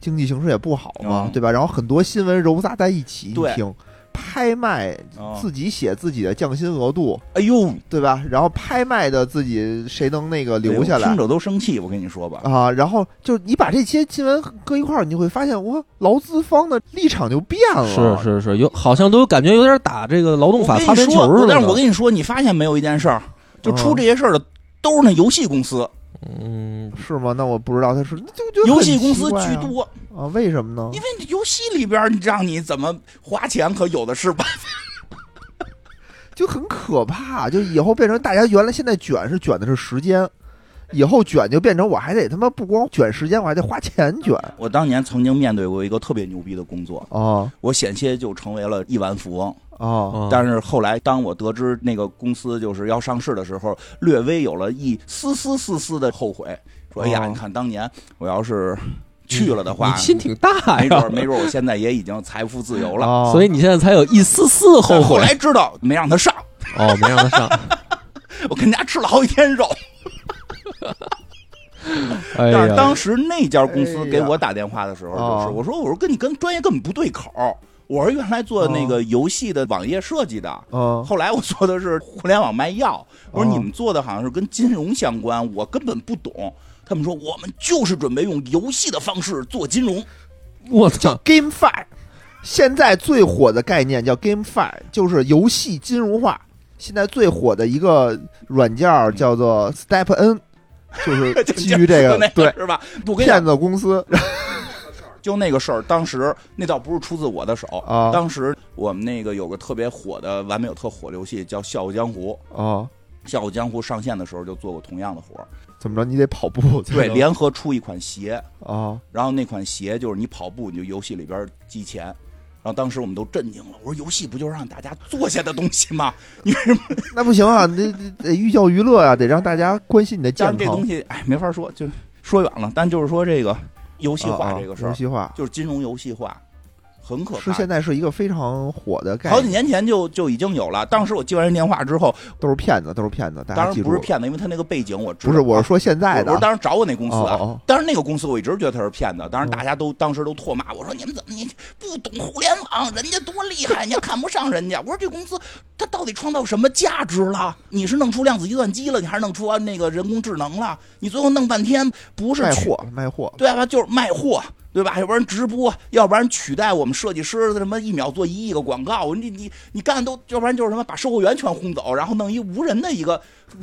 Speaker 3: 经济形势也不好嘛
Speaker 2: 嗯，
Speaker 3: 对吧？然后很多新闻揉杂在一起，
Speaker 2: 对
Speaker 3: 你听拍卖
Speaker 2: 啊
Speaker 3: 自己写自己的降薪额度，
Speaker 2: 哎呦，
Speaker 3: 对吧？然后拍卖的自己谁能那个留下
Speaker 2: 哎呦听
Speaker 3: 来
Speaker 2: 着都生气。我跟你说吧，
Speaker 3: 啊？然后就你把这些新闻搁一块儿，你就会发现，我劳资方的立场就变
Speaker 1: 是
Speaker 3: 了，
Speaker 1: 是是，有好像都感觉有点打这个劳动
Speaker 2: 我
Speaker 1: 法
Speaker 2: 跟
Speaker 1: 擦
Speaker 2: 你
Speaker 1: 边球
Speaker 2: 说，
Speaker 1: 似的。
Speaker 2: 但是我跟你说，你发现没有一件事儿，就出这些事儿的都是那游戏公司。
Speaker 1: 嗯，
Speaker 3: 是吗？那我不知道他是，就就
Speaker 2: 游戏公司居多，
Speaker 3: 啊？为什么呢
Speaker 2: 因？为游戏里边你让你怎么花钱，可有的是吧？ [laughs]
Speaker 3: 就很可怕，就以后变成大家原来现在卷是卷的是时间，以后卷就变成我还得他妈不光卷时间，我还得花钱卷
Speaker 2: 我当年曾经面对过一个特别牛逼的工作，
Speaker 3: 哦
Speaker 2: 我险些就成为了亿万富翁。
Speaker 3: 哦
Speaker 1: 啊
Speaker 2: 但是后来，当我得知那个公司就是要上市的时候，略微有了一丝丝丝丝的后悔，说：“哎呀，
Speaker 3: 哦
Speaker 2: 你看当年我要是去了的话
Speaker 1: 你，心挺大
Speaker 2: 没准儿
Speaker 1: 呀，
Speaker 2: 没准儿我现在也已经财富自由了。
Speaker 3: 哦，
Speaker 1: 所以你现在才有一丝丝”后
Speaker 2: 但后
Speaker 1: 悔
Speaker 2: 来知道没让他上，
Speaker 1: 哦，没让他上。
Speaker 2: 我跟家吃了好几天肉。
Speaker 1: 哎
Speaker 2: 但是
Speaker 1: 呀，
Speaker 2: 当时那家公司
Speaker 3: 哎呀
Speaker 2: 给我打电话的时候，就是
Speaker 3: 哦
Speaker 2: 我说我说跟你跟专业根本不对口儿，我是原来做那
Speaker 3: 哦
Speaker 2: 个游戏的网页设计的，
Speaker 3: 嗯
Speaker 2: 后来我做的是互联网卖药，我说
Speaker 3: 哦
Speaker 2: 你们做的好像是跟金融相关，我根本不懂。他们说我们就是准备用游戏的方式做金融，
Speaker 1: 我操，
Speaker 3: ，GameFi，现在最火的概念叫 GameFi，就是游戏金融化。现在最火的一个软件儿叫做 Step N，就是
Speaker 2: 就
Speaker 3: 基于
Speaker 2: [laughs]
Speaker 3: 这
Speaker 2: 就那
Speaker 3: 个对
Speaker 2: 是吧？我跟你
Speaker 3: 骗
Speaker 2: 讲，
Speaker 3: 子公司
Speaker 2: 就那个事儿，当时那倒不是出自我的手，
Speaker 3: 啊
Speaker 2: 当时我们那个有个特别火的完美有特火的游戏叫《笑傲江湖
Speaker 3: 哦，》，
Speaker 2: 《笑傲江湖》上线的时候就做过同样的活儿，
Speaker 3: 怎么着你得跑步才
Speaker 2: 对，
Speaker 3: 能
Speaker 2: 联合出一款鞋，
Speaker 3: 啊
Speaker 2: 然后那款鞋就是你跑步你就游戏里边积钱。然后当时我们都震惊了，我说游戏不就是让大家坐下的东西
Speaker 3: [laughs]
Speaker 2: 吗？你为什么？
Speaker 3: 那不行啊，你得得得寓教于乐啊，得让大家关心你的
Speaker 2: 但是
Speaker 3: 健
Speaker 2: 这
Speaker 3: 康
Speaker 2: 东。西哎没法说，就说远了。但就是说这个游戏
Speaker 3: 啊
Speaker 2: 化
Speaker 3: 啊
Speaker 2: 这个事儿，
Speaker 3: 游戏化
Speaker 2: 就是金融游戏化，很可
Speaker 3: 是
Speaker 2: 怕。
Speaker 3: 现在是一个非常火的概
Speaker 2: 好几
Speaker 3: 念，
Speaker 2: 年前就就已经有了。当时我接完人电话之后，
Speaker 3: 都是骗子，都是骗子，大
Speaker 2: 当
Speaker 3: 家
Speaker 2: 然
Speaker 3: 记
Speaker 2: 不
Speaker 3: 住
Speaker 2: 是。骗子，因为他那个背景我知道。
Speaker 3: 不是，我是说现在的
Speaker 2: 我是当时找我那公司啊，
Speaker 3: 哦哦
Speaker 2: 当时那个公司我一直觉得他是骗子，当时
Speaker 3: 嗯
Speaker 2: 大家都、当时都唾骂我说你们怎么你不懂互联网，人家多厉害，你还看不上人家。我说这公司它到底创造什么价值了？你是弄出量子计算机了，你还是弄出啊那个人工智能了？你最后弄半天不是
Speaker 3: 卖
Speaker 2: 取
Speaker 3: 货卖货，
Speaker 2: 对吧？就是卖货。对吧？要不然直播，要不然取代我们设计师的什么一秒做一亿个广告，你你你干的都，要不然就是什么把售货员全轰走，然后弄一无人的一个，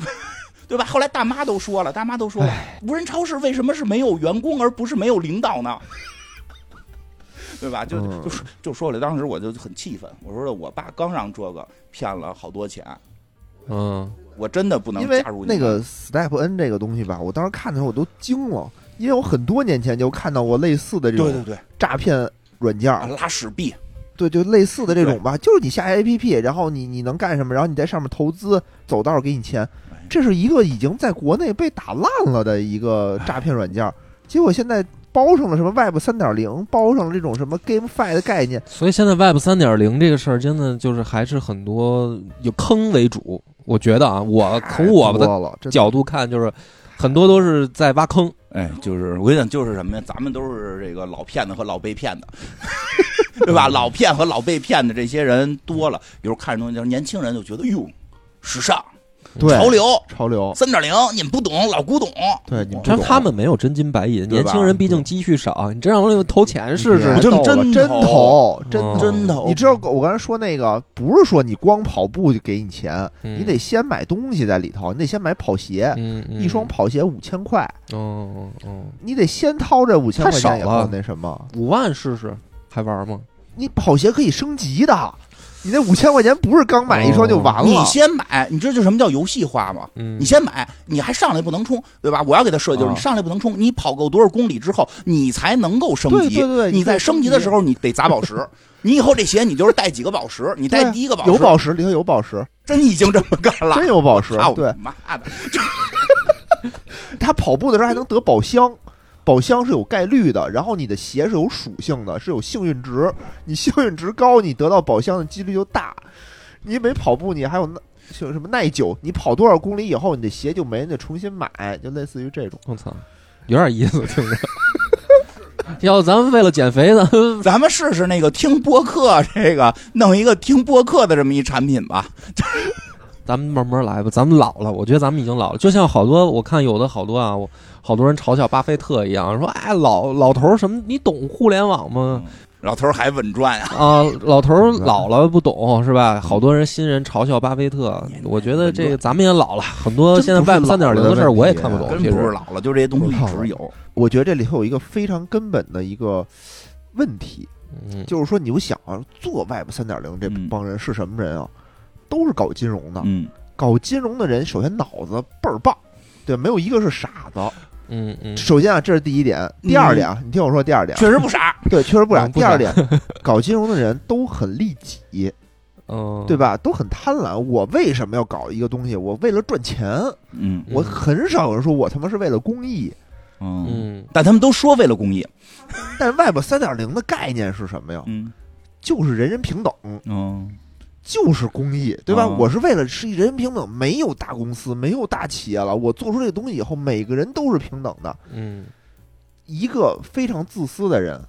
Speaker 2: [laughs] 对吧？后来大妈都说了，大妈都说了，无人超市为什么是没有员工而不是没有领导呢？ [laughs] 对吧？就
Speaker 3: 嗯
Speaker 2: 就说就说了，当时我就很气愤，我说了，我爸刚让这个骗了好多钱，
Speaker 1: [laughs] 嗯，
Speaker 2: 我真的不能
Speaker 3: 因为
Speaker 2: 加入你
Speaker 3: 那
Speaker 2: 们
Speaker 3: 个 Step N 这个东西吧，我当时看的时候我都惊了，因为我很多年前就看到过类似的这
Speaker 2: 对对
Speaker 3: 种
Speaker 2: 对
Speaker 3: 诈骗软件儿，
Speaker 2: 啊拉屎币，
Speaker 3: 对，就类似的这种吧，就是你下 A P P，然后你你能干什么，然后你在上面投资，走道给你钱
Speaker 2: 哎，
Speaker 3: 这是一个已经在国内被打烂了的一个诈骗软件儿，结果现在包上了什么 Web 三点零，包上了这种什么 GameFi 的概念，
Speaker 1: 所以现在 Web 三点零这个事儿，真的就是还是很多有坑为主。我觉得啊，我从我
Speaker 3: 太
Speaker 1: 的
Speaker 3: 多哎了，真的
Speaker 1: 角度看，就是很多都是在挖坑。
Speaker 2: 哎，就是我跟你讲，就是什么呀？咱们都是这个老骗子 [laughs] 和老被骗的，对
Speaker 3: 嗯
Speaker 2: 吧？老骗和老被骗的这些人多了，有时候看着东西，就是年轻人就觉得哟，时尚、
Speaker 3: 对
Speaker 2: 潮流、
Speaker 3: 潮流，
Speaker 2: 三点零，你们不懂，老古董。
Speaker 3: 对你们啊
Speaker 1: 但
Speaker 3: 真
Speaker 1: 是他们没有真金白银，
Speaker 2: 对吧
Speaker 1: 年轻人毕竟积蓄少，你真让他们投钱试
Speaker 3: 嗯你别
Speaker 1: 试
Speaker 2: 我？这么
Speaker 3: 逗了
Speaker 2: 真
Speaker 3: 真
Speaker 2: 投
Speaker 3: 投真
Speaker 1: 哦
Speaker 3: 投
Speaker 2: 真的，
Speaker 3: 你知道我刚才说那个，不是说你光跑步就给你钱，
Speaker 1: 嗯
Speaker 3: 你得先买东西在里头，你得先买跑鞋，
Speaker 1: 嗯，嗯
Speaker 3: 一双跑鞋五千块，
Speaker 1: 哦哦哦，
Speaker 3: 你得先掏这五千
Speaker 1: 太
Speaker 3: 块
Speaker 1: 少
Speaker 3: 钱以
Speaker 1: 了
Speaker 3: 后那什么，
Speaker 1: 五万试试还玩吗？
Speaker 3: 你跑鞋可以升级的，你那五千块钱不是刚买一双就
Speaker 1: 哦
Speaker 3: 完了，
Speaker 2: 你先买，你知道这什么叫游戏化吗？
Speaker 1: 嗯，
Speaker 2: 你先买，你还上来不能冲，对吧？我要给他设计，就是
Speaker 3: 啊
Speaker 2: 你上来不能冲，你跑够多少公里之后，你才能够升
Speaker 3: 对
Speaker 2: 级。
Speaker 3: 对对，
Speaker 2: 你在升级的时
Speaker 3: 候
Speaker 2: 候，你得砸宝石。你以后这鞋，你就是带几个宝石，你带
Speaker 3: 对啊
Speaker 2: 第一个宝石，
Speaker 3: 有宝石，里头有宝石，
Speaker 2: 真已经这么干了
Speaker 3: 真。有宝石
Speaker 2: 啊，，我
Speaker 3: 对
Speaker 2: 妈的，
Speaker 3: 他跑步的时候还能得宝箱。宝箱是有概率的，然后你的鞋是有属性的，是有幸运值。你幸运值高，你得到宝箱的几率就大。你没跑步，你还有那像什么耐久？你跑多少公里以后，你的鞋就没，你得重新买，就类似于这种。
Speaker 1: 我操，有点意思，听着。 [laughs] 要咱们为了减肥呢，
Speaker 2: 咱们试试那个听播客，这个弄一个听播客的这么一产品吧。
Speaker 1: 咱们慢慢来吧。咱们老了，我觉得咱们已经老了。就像好多我看有的好多啊，我好多人嘲笑巴菲特一样，说哎老老头儿什么，你懂互联网吗？
Speaker 2: 老头儿还稳赚啊，
Speaker 1: 啊，老头儿老了不懂是吧？好多人新人嘲笑巴菲特
Speaker 2: 年，代
Speaker 1: 我觉得这
Speaker 2: 很
Speaker 1: 个咱们也老了，很多
Speaker 3: 真
Speaker 1: 现在
Speaker 3: 不是
Speaker 1: Web 三点零
Speaker 3: 老
Speaker 1: 的
Speaker 3: 的
Speaker 1: 事儿
Speaker 3: 问
Speaker 1: 我也
Speaker 3: 题
Speaker 1: 看不懂，
Speaker 2: 真
Speaker 1: 其
Speaker 2: 不是
Speaker 1: 实
Speaker 2: 老了，就这些东西一直有。
Speaker 3: 我觉得这里头有一个非常根本的一个问题，
Speaker 1: 嗯，
Speaker 3: 就是说你就想啊，做 Web 三点零这
Speaker 2: 嗯
Speaker 3: 帮人是什么人啊？都是搞金融的，
Speaker 2: 嗯，
Speaker 3: 搞金融的人首先脑子倍儿棒，对，没有一个是傻子。
Speaker 1: 嗯嗯，
Speaker 3: 首先啊，这是第一点。第二点啊，你听我说，第二点啊，
Speaker 2: 确实不傻。
Speaker 3: 对，确实不傻。
Speaker 1: 嗯不
Speaker 3: 第
Speaker 1: 傻
Speaker 3: 二点，搞金融的人都很利己，
Speaker 1: 嗯，
Speaker 3: 对？吧？都很贪婪。我为什么要搞一个东西？我为了赚钱。
Speaker 2: 嗯
Speaker 1: 嗯
Speaker 3: 我很少有人说我他妈是为了公益。
Speaker 2: 嗯，
Speaker 1: 嗯，
Speaker 2: 但他们都说为了公益。
Speaker 3: 但 Web 三点零的概念是什么呀？
Speaker 2: 嗯
Speaker 3: 就是人人平等，
Speaker 2: 嗯
Speaker 3: 就是公益，对吧？
Speaker 2: 嗯
Speaker 3: 我是为了是人人平等，没有大公司，没有大企业了。我做出这个东西以后，每个人都是平等的。
Speaker 1: 嗯，
Speaker 3: 一个非常自私的人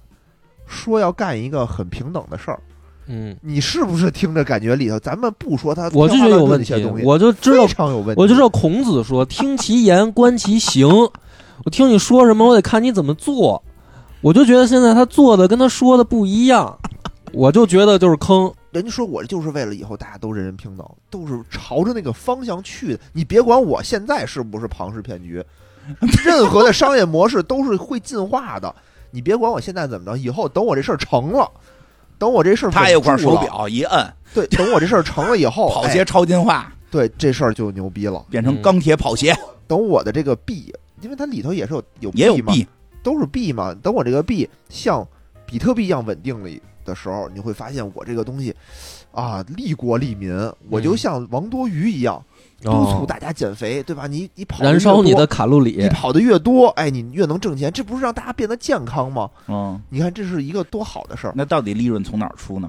Speaker 3: 说要干一个很平等的事儿，
Speaker 1: 嗯，
Speaker 3: 你是不是听着感觉里头？咱们不说他，
Speaker 1: 我就觉得有问
Speaker 3: 这
Speaker 1: 题
Speaker 3: 些东，西，
Speaker 1: 我就知道
Speaker 3: 非，常有问题。
Speaker 1: 我就知道孔子说“听其言，观其行”。我听你说什么，我得看你怎么做。我就觉得现在他做的跟他说的不一样，我就觉得就是坑。
Speaker 3: 人家说我就是为了以后大家都人人平等，都是朝着那个方向去的。你别管我现在是不是庞氏骗局，任何的商业模式都是会进化的。你别管我现在怎么着，以后等我这事儿成了，等我这事儿
Speaker 2: 他有块
Speaker 3: 稳住
Speaker 2: 手
Speaker 3: 了，
Speaker 2: 表一摁，
Speaker 3: 对，等我这事儿成了以后，
Speaker 2: 跑
Speaker 3: 哎
Speaker 2: 鞋超进化，
Speaker 3: 对这事儿就牛逼了。
Speaker 2: 变成钢铁跑鞋，
Speaker 3: 等我的这个币，因为它里头也是有有
Speaker 2: 也有
Speaker 3: 嘛，
Speaker 2: 币。
Speaker 3: 都是币嘛。等我这个币像比特币一样稳定了的时候，你会发现我这个东西啊，利国利民，我就
Speaker 1: 嗯
Speaker 3: 像王多鱼一样，
Speaker 2: 哦
Speaker 3: 督促大家减肥，对吧？你你跑得
Speaker 1: 哦燃烧
Speaker 3: 越
Speaker 1: 你
Speaker 3: 多
Speaker 1: 的，卡路里
Speaker 3: 你。跑得越多，哎，你越能挣钱，这不是让大家变得健康吗？
Speaker 2: 嗯，
Speaker 3: 你看这是一个多好的事儿。
Speaker 2: 那到底利润从哪儿出呢？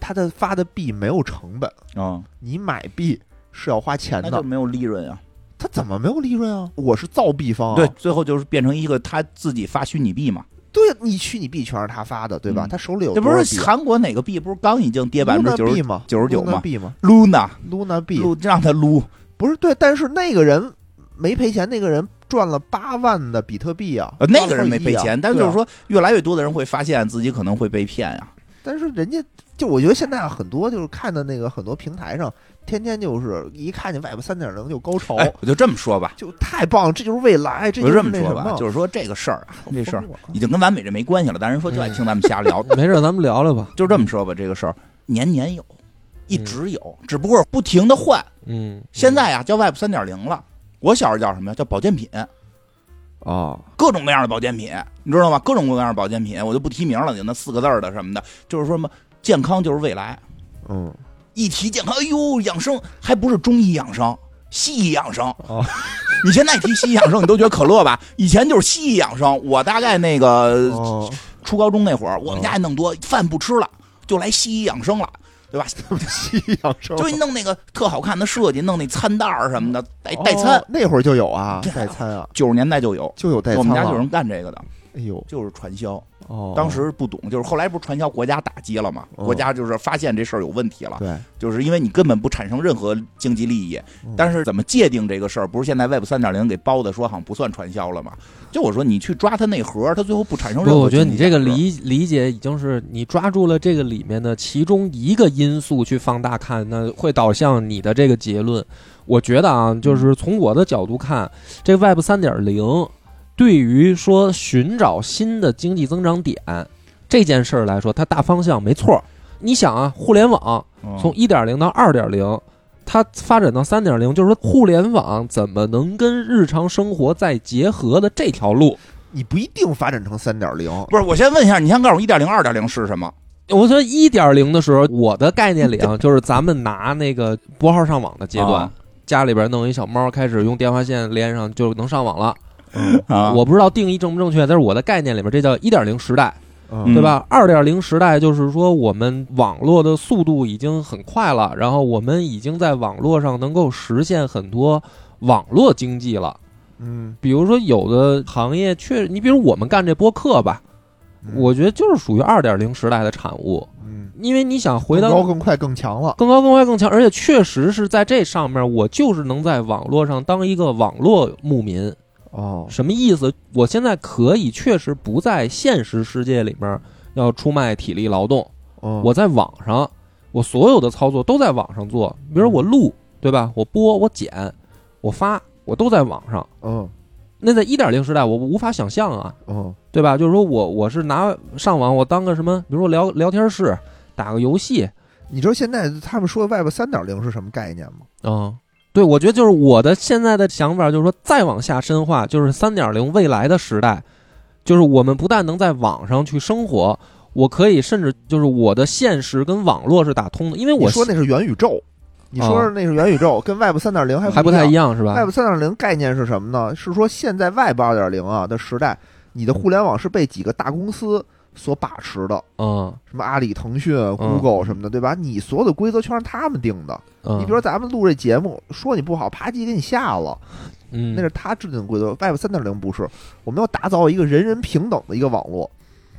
Speaker 3: 它的发的币没有成本，
Speaker 2: 啊，
Speaker 3: 你买币是要花钱
Speaker 2: 那就
Speaker 3: 的，
Speaker 2: 没有利润啊。
Speaker 3: 它怎么没有利润啊？我是造币方啊，
Speaker 2: 对，最后就是变成一个他自己发虚拟币嘛。
Speaker 3: 对，你虚拟币全是他发的，对吧？
Speaker 2: 嗯
Speaker 3: 他手里有
Speaker 2: 这不
Speaker 3: 多少
Speaker 2: 是
Speaker 3: 币啊
Speaker 2: 韩国哪个币不是刚已经跌百分之
Speaker 3: Luna
Speaker 2: 九
Speaker 3: 币
Speaker 2: 十
Speaker 3: 吗？
Speaker 2: 99吗
Speaker 3: Luna 币吗
Speaker 2: ？Luna，
Speaker 3: ？Luna 币
Speaker 2: 撸让他撸，
Speaker 3: 不是对，但是那个人没赔钱，那个人赚了八万的比特币啊，
Speaker 2: 呃，那个
Speaker 3: 赚了
Speaker 2: 人没
Speaker 3: 一亿
Speaker 2: 赔
Speaker 3: 啊
Speaker 2: 钱，但就是，
Speaker 3: 对啊
Speaker 2: 说越来越多的人会发现自己可能会被骗啊。
Speaker 3: 但是人家就我觉得现在很多就是看的那个很多平台上，天天就是一看见 Web 三点零就高潮，
Speaker 2: 哎，我就这么说吧，
Speaker 3: 就太棒，这就是未来，这
Speaker 2: 我
Speaker 3: 就
Speaker 2: 就是这么
Speaker 3: 那
Speaker 2: 说
Speaker 3: 什
Speaker 2: 吧，
Speaker 3: 么
Speaker 2: 就是说这个事儿啊，这事儿
Speaker 3: 疯了
Speaker 2: 已经跟完美这没关系了，但是说就爱听咱们瞎 [laughs] 聊，
Speaker 1: 没事，咱们聊聊吧。
Speaker 2: 就这么说吧，这个事儿年年有，一直有，只不过不停的换。
Speaker 1: 嗯，
Speaker 2: 现在啊，叫 Web 三点零了。我小时候叫什么呀？叫保健品，
Speaker 1: 哦
Speaker 3: 啊，
Speaker 2: 各种各样的保健品，你知道吗？各种各样的保健品，我就不提名了，有那四个字儿的什么的，就是说什么健康就是未来，
Speaker 3: 嗯，
Speaker 2: 一提健康，哎呦，养生还不是中医养生，西医养生。
Speaker 1: 哦
Speaker 2: 你现在提西医养生，你都觉得可乐吧？以前就是西医养生。我大概那个
Speaker 3: 哦，
Speaker 2: 初高中那会儿，我们家也弄多，饭不吃了，就来西医养生了。对吧？
Speaker 3: 西洋生
Speaker 2: 就弄那个特好看的设计，弄那餐袋儿什么的，代代餐
Speaker 3: 哦。那会儿就有啊，
Speaker 2: 对啊
Speaker 3: 代餐啊，
Speaker 2: 九十年代就有，
Speaker 3: 就有代
Speaker 2: 我
Speaker 3: 餐
Speaker 2: 们家
Speaker 3: 了
Speaker 2: 就有人干这个的，
Speaker 3: 哎呦，
Speaker 2: 就是传销。
Speaker 1: 哦，
Speaker 2: 当时不懂，就是后来不是传销国家打击了嘛？
Speaker 3: 哦
Speaker 2: 国家就是发现这事儿有问题了，
Speaker 3: 对，
Speaker 2: 就是因为你根本不产生任何经济利益
Speaker 3: 嗯。
Speaker 2: 但是怎么界定这个事儿？不是现在 Web 三点零给包的，说好像不算传销了嘛？就我说你去抓它内核，它最后不产生
Speaker 1: 不，
Speaker 2: 任何。
Speaker 1: 我觉得你这
Speaker 2: 啊
Speaker 1: 个，理理解已经是你抓住了这个里面的其中一个因素去放大看，那会导向你的这个结论。我觉得啊，就是从我的角度看，这 Web 三点零对于说寻找新的经济增长点这件事儿来说，它大方向没错儿。你想啊，互联网
Speaker 2: 嗯
Speaker 1: 从一点零到二点零，它发展到三点零，就是说互联网怎么能跟日常生活再结合的这条路。
Speaker 3: 你不一定发展成三点零，
Speaker 2: 不是，我先问一下，你先告诉我一点零、二点零是什么？
Speaker 1: 我觉得一点零的时候，我的概念里啊，就是咱们拿那个拨号上网的阶段，
Speaker 2: 啊
Speaker 1: 家里边弄一小猫，开始用电话线连上就能上网了。
Speaker 2: 啊，
Speaker 1: 我不知道定义正不正确，但是我的概念里边，这叫一点零时代，
Speaker 3: 嗯
Speaker 1: 对吧？二点零时代就是说，我们网络的速度已经很快了，然后我们已经在网络上能够实现很多网络经济了。
Speaker 3: 嗯，
Speaker 1: 比如说，有的行业确，你比如我们干这播客吧，
Speaker 3: 嗯
Speaker 1: 我觉得就是属于二点零时代的产物，
Speaker 3: 嗯，
Speaker 1: 因为你想回到
Speaker 3: 更高更快更强了，
Speaker 1: 更高、更快、更强，而且确实是在这上面，我就是能在网络上当一个网络牧民。
Speaker 3: 哦，
Speaker 1: 什么意思？我现在可以确实不在现实世界里面要出卖体力劳动。
Speaker 3: 嗯
Speaker 1: 我在网上，我所有的操作都在网上做，比如我录，对吧？我播，我剪，我发，我都在网上。
Speaker 3: 嗯
Speaker 1: 那在一点零时代，我无法想象啊，
Speaker 3: 嗯
Speaker 1: 对吧？就是说我我是拿上网，我当个什么，比如说聊聊天室，打个游戏
Speaker 3: 你知道现在他们说的 Web 三点零是什么概念吗？
Speaker 1: 啊、嗯对，我觉得就是我的现在的想法，就是说再往下深化，就是三点零未来的时代，就是我们不但能在网上去生活，我可以甚至就是我的现实跟网络是打通的，因为
Speaker 3: 你
Speaker 1: 我哦
Speaker 3: 说那是元宇宙，你说是那是元宇宙，跟 Web 三点零还
Speaker 1: 还不太一
Speaker 3: 样。
Speaker 1: 样是啊吧？
Speaker 3: Web 三点零概念是什么呢？是说现在 Web 二点零啊的时代，你的互联网是被几个大公司所把持的，
Speaker 1: 嗯
Speaker 3: 什么阿里、腾讯、Google 啊什么的，对吧？你所有的规则全是他们定的。
Speaker 1: 嗯，
Speaker 3: 你比如说咱们录这节目，说你不好，啪叽给你下了，
Speaker 1: 嗯，
Speaker 3: 那是他制定的规则。Web 三点零不是，我们要打造一个人人平等的一个网络，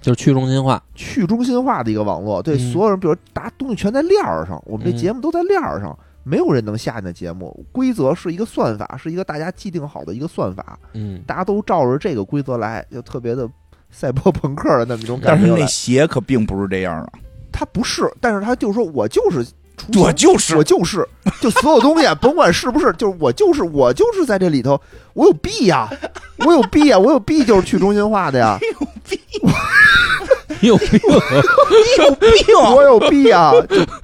Speaker 1: 就是去中心化，
Speaker 3: 去中心化的一个网络，对
Speaker 1: 嗯
Speaker 3: 所有人，比如大家东西全在链儿上，我们这
Speaker 1: 嗯
Speaker 3: 节目都在链儿上，没有人能下你的节目。规则是一个算法，是一个大家既定好的一个算法，
Speaker 1: 嗯，
Speaker 3: 大家都照着这个规则来，就特别的赛博朋克的那么一种
Speaker 2: 但
Speaker 3: 感
Speaker 2: 是
Speaker 3: 觉
Speaker 2: 那
Speaker 3: 来。
Speaker 2: 鞋可并不是这样啊，
Speaker 3: 他不是，但是他就说我就是出
Speaker 2: 我
Speaker 3: 现
Speaker 2: 就是
Speaker 3: 嗯我就是，就所有东西啊，甭管是不是，就是我就是我就是在这里头，我有弊呀、
Speaker 1: [laughs]
Speaker 3: 我有弊呀、我有弊就是去中心化的呀，
Speaker 1: 有病，
Speaker 2: 你有
Speaker 3: [laughs]
Speaker 2: 病！啊
Speaker 3: 我有弊呀、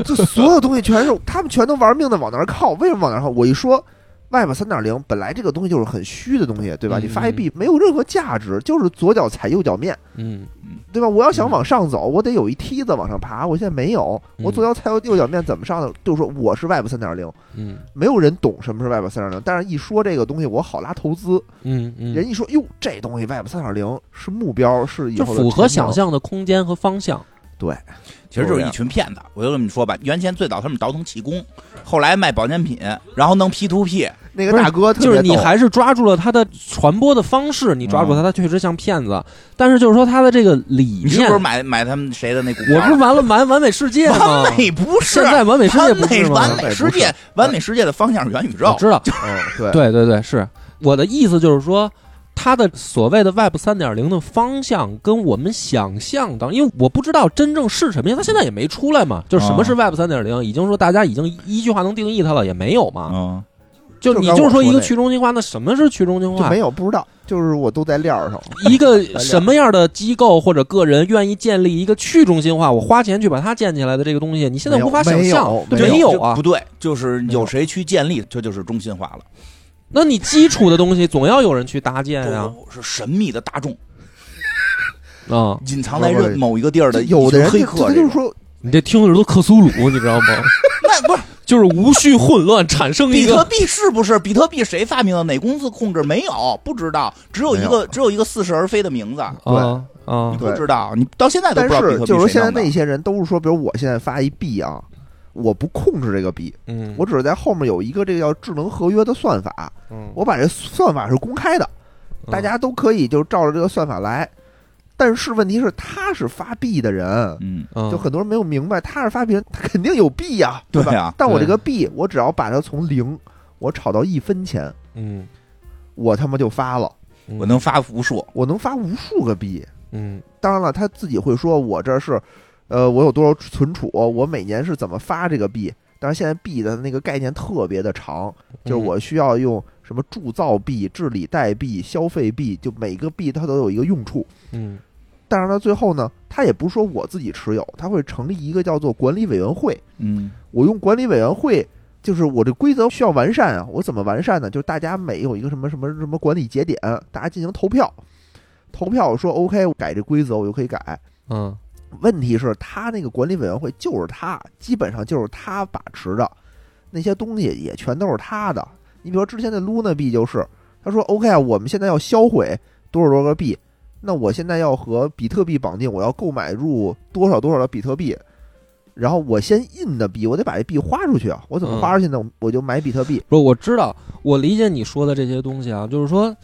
Speaker 3: 就就所有东西全是他们全都玩命的往那儿靠，为什么往那儿靠？我一说 Web 三点零，本来这个东西就是很虚的东西，对吧？
Speaker 1: 嗯
Speaker 3: 你发一币没有任何价值，就是左脚踩右脚面，
Speaker 1: 嗯，
Speaker 3: 对吧？我要想往上走，我得有一梯子往上爬，我现在没有，我左脚踩右右脚面怎么上呢？就是说我是 Web 三点零，
Speaker 1: 嗯
Speaker 3: 没有人懂什么是 Web 三点零，但是一说这个东西，我好拉投资。
Speaker 1: 嗯嗯，
Speaker 3: 人一说哟，这东西 Web 三点零是目标，是以
Speaker 1: 就
Speaker 3: 后的
Speaker 1: 符合
Speaker 3: 前景
Speaker 1: 想。象的空间和方向，
Speaker 2: 其实就是一群骗子。我就这么说吧，原先最早他们倒腾气功，后来卖保健品，然后弄 P to P，
Speaker 3: 那个大哥特别
Speaker 1: 就是你
Speaker 3: 逗嗯
Speaker 1: 还是抓住了它的传播的方式，你抓住它，它确实像骗子，但是就是说它的这个理
Speaker 2: 你是
Speaker 1: 念
Speaker 2: 不是，买买他们谁的那股票？
Speaker 1: 我不是完了完完美世界
Speaker 2: [laughs]
Speaker 1: 吗？
Speaker 2: 完美不是
Speaker 3: 啊
Speaker 2: 啊
Speaker 1: 现，在完美世界
Speaker 2: 完
Speaker 1: 不
Speaker 2: 美
Speaker 1: 是吗？
Speaker 2: 完美世界，完美世界的方向是元宇
Speaker 1: 我
Speaker 2: 宙。
Speaker 1: 知道，
Speaker 3: 嗯，对，
Speaker 1: [laughs] 对对对，是我的意思就是说。它的所谓的 Web 三点零的方向跟我们想象当，因为我不知道真正是什么样，它现在也没出来嘛。就是什
Speaker 3: 啊
Speaker 1: 么是 Web 三点零，已经说大家已经一句话能定义它了，也没有嘛。
Speaker 2: 嗯，
Speaker 1: 就
Speaker 3: 啊就
Speaker 1: 你
Speaker 3: 刚
Speaker 1: 就是
Speaker 3: 我说
Speaker 1: 一
Speaker 3: 那
Speaker 1: 个
Speaker 3: 个
Speaker 1: 去中心化，那什么是去中心
Speaker 3: 就
Speaker 1: 化
Speaker 3: 没？有不知道，就是我都在链儿上。
Speaker 1: 一个什么样的机构或者个人愿意建立一个去中心化，我花钱去把它建起来的这个东西，你现在
Speaker 3: 没有
Speaker 1: 无法想象
Speaker 3: 没有，
Speaker 1: 对
Speaker 3: 没
Speaker 1: 没
Speaker 3: 有
Speaker 1: 有啊
Speaker 2: 不？对，就是
Speaker 3: 没有
Speaker 2: 有谁去建立，这就是中心化了。
Speaker 1: 那你基础的东西总要有人去搭建呀，
Speaker 2: 不不是神秘的大众，
Speaker 1: 啊！
Speaker 2: 隐藏在
Speaker 3: 不是
Speaker 2: 任某一个地儿的
Speaker 3: 有的人
Speaker 2: 一群黑客
Speaker 3: 就他
Speaker 2: 这
Speaker 3: 就
Speaker 2: 种，
Speaker 3: 是说，
Speaker 1: 你这听着都克苏鲁，你知道
Speaker 3: [laughs]
Speaker 1: 吗？
Speaker 2: 那不是
Speaker 1: 就是无序混乱产生一
Speaker 2: 比特
Speaker 1: 个，
Speaker 2: 币是不是？比特币谁发明的？哪公司控制？没有，不知道，只有一
Speaker 3: 没
Speaker 2: 个
Speaker 3: 有嗯
Speaker 2: 只有一个似是而非的名字，
Speaker 1: 啊啊
Speaker 2: 你不
Speaker 3: 对
Speaker 2: 知道，你到现在都不
Speaker 3: 但
Speaker 2: 知道比
Speaker 3: 是
Speaker 2: 特
Speaker 3: 就是说
Speaker 2: 币谁弄
Speaker 3: 现在
Speaker 2: 的
Speaker 3: 那。些人都是说，比如我现在发一币啊，我不控制这个币，
Speaker 1: 嗯，
Speaker 3: 我只是在后面有一个这个叫智能合约的算法，
Speaker 1: 嗯
Speaker 3: 我把这算法是公开的，大家都可以就照着这个算法来。但是问题是，他是发币的人，
Speaker 2: 嗯，
Speaker 1: 嗯
Speaker 3: 就很多人没有明白，他是发币人，他肯定有币呀、
Speaker 2: 对
Speaker 3: 吧？
Speaker 2: 啊，
Speaker 3: 但我这
Speaker 1: 对
Speaker 3: 个币，我只要把它从零，我炒到一分钱，
Speaker 1: 嗯，
Speaker 3: 我他妈就发了，
Speaker 1: 嗯
Speaker 2: 我能发无数，
Speaker 3: 我能发无数个币。
Speaker 1: 嗯
Speaker 3: 当然了，他自己会说，我这是，呃，我有多少存储，我每年是怎么发这个币。但是现在币的那个概念特别的长，
Speaker 1: 嗯
Speaker 3: 就是我需要用什么铸造币、治理代币、消费币，就每个币它都有一个用处。
Speaker 1: 嗯
Speaker 3: 但是呢，最后呢，他也不是说我自己持有，他会成立一个叫做管理委员会，
Speaker 2: 嗯，
Speaker 3: 我用管理委员会，就是我这规则需要完善啊，我怎么完善呢？就是大家每有一个什么什么什么管理节点，大家进行投票，投票说 OK，我改这规则我就可以改。
Speaker 1: 嗯
Speaker 3: 问题是，他那个管理委员会就是他，基本上就是他把持的，那些东西也全都是他的。你比如说之前的 Luna 币就是，他说 OK 啊，我们现在要销毁多少多少个币，那我现在要和比特币绑定，我要购买入多少多少的比特币，然后我先印的币，我得把这币花出去啊，我怎么花出去呢？我就买比特币，
Speaker 1: 不是，我知道，我理解你说的这些东西啊，就是说，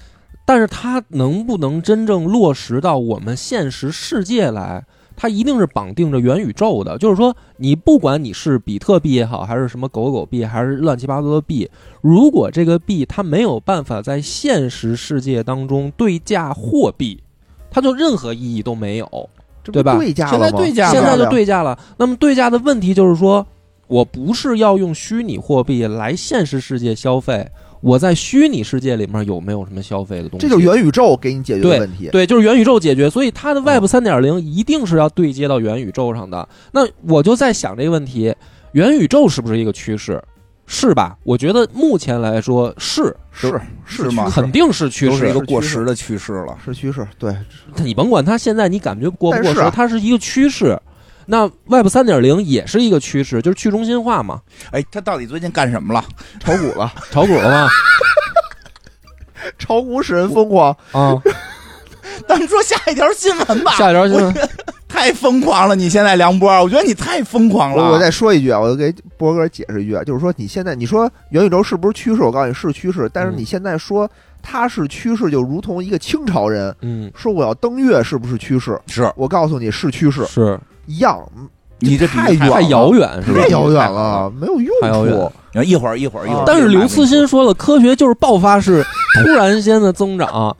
Speaker 1: 但是它能不能真正落实到我们现实世界来？它一定是绑定着元宇宙的，就是说，你不管你是比特币也好，还是什么狗狗币，还是乱七八糟的币，如果这个币它没有办法在现实世界当中对价货币，它就任何意义都没有。
Speaker 3: 这不
Speaker 1: 对吧
Speaker 3: 对啊价了
Speaker 1: 现
Speaker 3: 吗？
Speaker 1: 在对价了，
Speaker 2: 现
Speaker 1: 现
Speaker 2: 在
Speaker 1: 在
Speaker 2: 就
Speaker 1: 就对价了。那么对价的问题就是说，我不是要用虚拟货币来现实世界消费，我在虚拟世界里面有没有什么消费的东西？
Speaker 3: 这就是元宇嗯宙给你解决的问题。
Speaker 1: 对，就是元宇宙解决，所以它的 Web 三点零一定是要对接到元宇宙上的。那我就在想这个问题：元宇宙是不是一个趋势？是吧？我觉得目前来说是，
Speaker 3: 啊是
Speaker 2: 是吗
Speaker 1: 肯定是趋
Speaker 3: 都
Speaker 1: 势
Speaker 3: 是
Speaker 2: 是一
Speaker 3: 一。
Speaker 2: 个
Speaker 3: 个
Speaker 2: 过
Speaker 3: 过
Speaker 2: 时
Speaker 3: 时
Speaker 2: 的趋势了。
Speaker 3: 是趋势， [laughs] 对，
Speaker 1: 你甭管它现在你感觉过不过时，
Speaker 3: 但是啊
Speaker 1: 它是一个趋势。那 Web 三点零也是一个趋势，就是去中心化嘛，
Speaker 2: 哎，他到底最近干什么了？ [laughs]
Speaker 3: 炒股了，
Speaker 1: 炒股了嘛。
Speaker 3: 炒股使人疯狂。
Speaker 1: [laughs] 啊，
Speaker 2: 咱们说下一条新闻吧。
Speaker 1: 下一条新闻，
Speaker 2: 太疯狂了！你现在梁波，我觉得你太疯狂了。
Speaker 3: 我我再说一句啊，我给波哥解释一句啊，就是说你现在你说元宇宙是不是趋势？我告诉你是趋势，但是
Speaker 1: 嗯
Speaker 3: 你现在说它是趋势，就如同一个清朝人
Speaker 1: 嗯，
Speaker 3: 说我要登月是不是趋势？
Speaker 2: 是
Speaker 3: 我告诉你是趋势，
Speaker 1: 是
Speaker 3: 一样，嗯
Speaker 2: 你这
Speaker 3: 太远了
Speaker 1: 太遥远是吧
Speaker 3: 太？遥远了，没有用
Speaker 1: 太遥远
Speaker 3: 处。
Speaker 2: 远。一会儿一会儿一会儿。
Speaker 1: 但是
Speaker 2: 一会儿
Speaker 1: 刘慈欣说了，科学就是爆发式突然间的增长，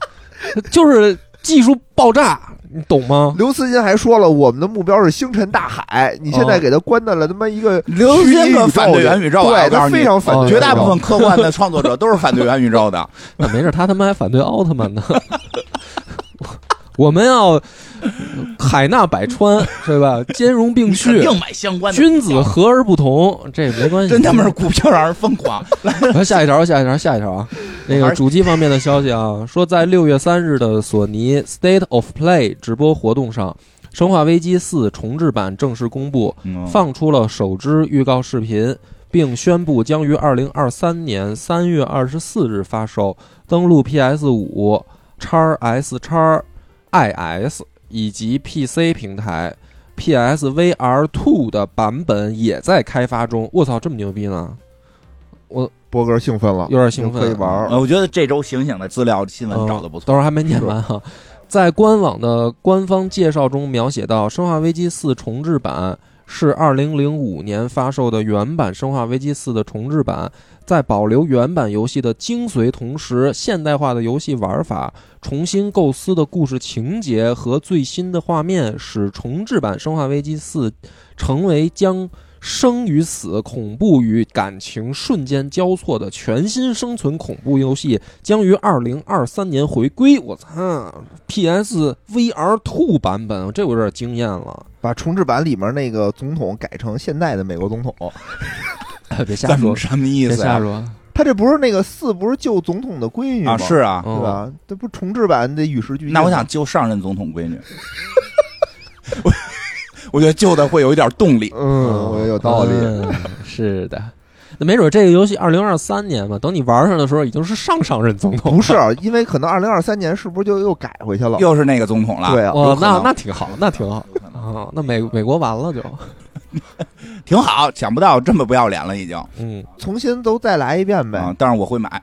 Speaker 1: 就是技术爆炸，你懂吗？
Speaker 3: 刘慈欣还说了，我们的目标是星辰大海，你现在
Speaker 1: 哦
Speaker 3: 给他关到了他妈一个
Speaker 2: 刘慈欣可
Speaker 3: 可
Speaker 2: 反对元宇宙啊我
Speaker 3: 对
Speaker 2: 告诉
Speaker 3: 他
Speaker 2: 你
Speaker 3: 非常反对
Speaker 1: 哦
Speaker 3: 元宇宙，
Speaker 2: 绝大部分科幻的创作者都是反对元宇宙的。
Speaker 1: 那没事，他他妈还反对奥特曼呢。 [laughs] 我们要海纳百川，对吧？兼容并
Speaker 2: 你肯
Speaker 1: 蓄，
Speaker 2: 定买相关的股票，
Speaker 1: 君子和而不同，这没关系。
Speaker 2: 真他妈是股票让人疯狂。
Speaker 1: [laughs] 来，下一条，下一条，下一条啊！那个主机方面的消息啊，说在六月三日的索尼 State of Play 直播活动上，《生化危机四》重置版正式公布，
Speaker 3: 嗯
Speaker 1: 放出了首支预告视频，并宣布将于二零二三年三月二十四日发售，登陆 PS 五、x S x IS 以及 PC 平台。PS VR Two 的版本也在开发中，我操，这么牛逼呢！
Speaker 3: 波哥兴奋了，
Speaker 1: 有点兴奋
Speaker 3: 可以玩儿。
Speaker 2: 呃我觉得这周醒醒的资料新闻
Speaker 1: 嗯
Speaker 2: 找的不错。
Speaker 1: 等会儿还没念完啊。在官网的官方介绍中描写到，《生化危机四》重置版是2005年发售的原版《生化危机四》的重置版，在保留原版游戏的精髓同时，现代化的游戏玩法、重新构思的故事情节和最新的画面，使重置版《生化危机四》成为将生与死、恐怖与感情瞬间交错的全新生存恐怖游戏，将于二零二三年回归。我操！PS VR Two 版本，这我有点惊艳了。
Speaker 3: 把重置版里面那个总统改成现在的美国总统，
Speaker 1: 哎别瞎
Speaker 2: 怎
Speaker 1: 说
Speaker 2: 么，什么意
Speaker 1: 别
Speaker 2: 思啊
Speaker 1: 瞎
Speaker 2: 呀？
Speaker 1: 说。
Speaker 3: 他这不是那个四不是救总统的闺女吗？
Speaker 2: 啊，是啊。
Speaker 1: 嗯
Speaker 3: 对吧？这不重置版得与时俱进。
Speaker 2: 那我想，救上任总统闺女， [laughs] 我 [laughs] 我觉得救的会有一点动力。
Speaker 3: 嗯，我觉得有道理。
Speaker 1: 嗯是的，那没准这个游戏二零二三年嘛，等你玩上的时候已经是上上任总统。
Speaker 3: 不是，啊因为可能二零二三年是 [laughs] 不是就又改回去了？
Speaker 2: 又是那个总统了，
Speaker 3: 对啊，
Speaker 1: 哦
Speaker 2: 有，可
Speaker 1: 那
Speaker 2: 能
Speaker 1: 那挺好，那挺好
Speaker 2: 有可能
Speaker 1: 啊。那美美国完了就，
Speaker 2: 挺好。想不到这么不要脸了，已经
Speaker 1: 嗯
Speaker 3: 重新都再来一遍
Speaker 2: 啊
Speaker 3: 呗！。
Speaker 2: 但是我会买，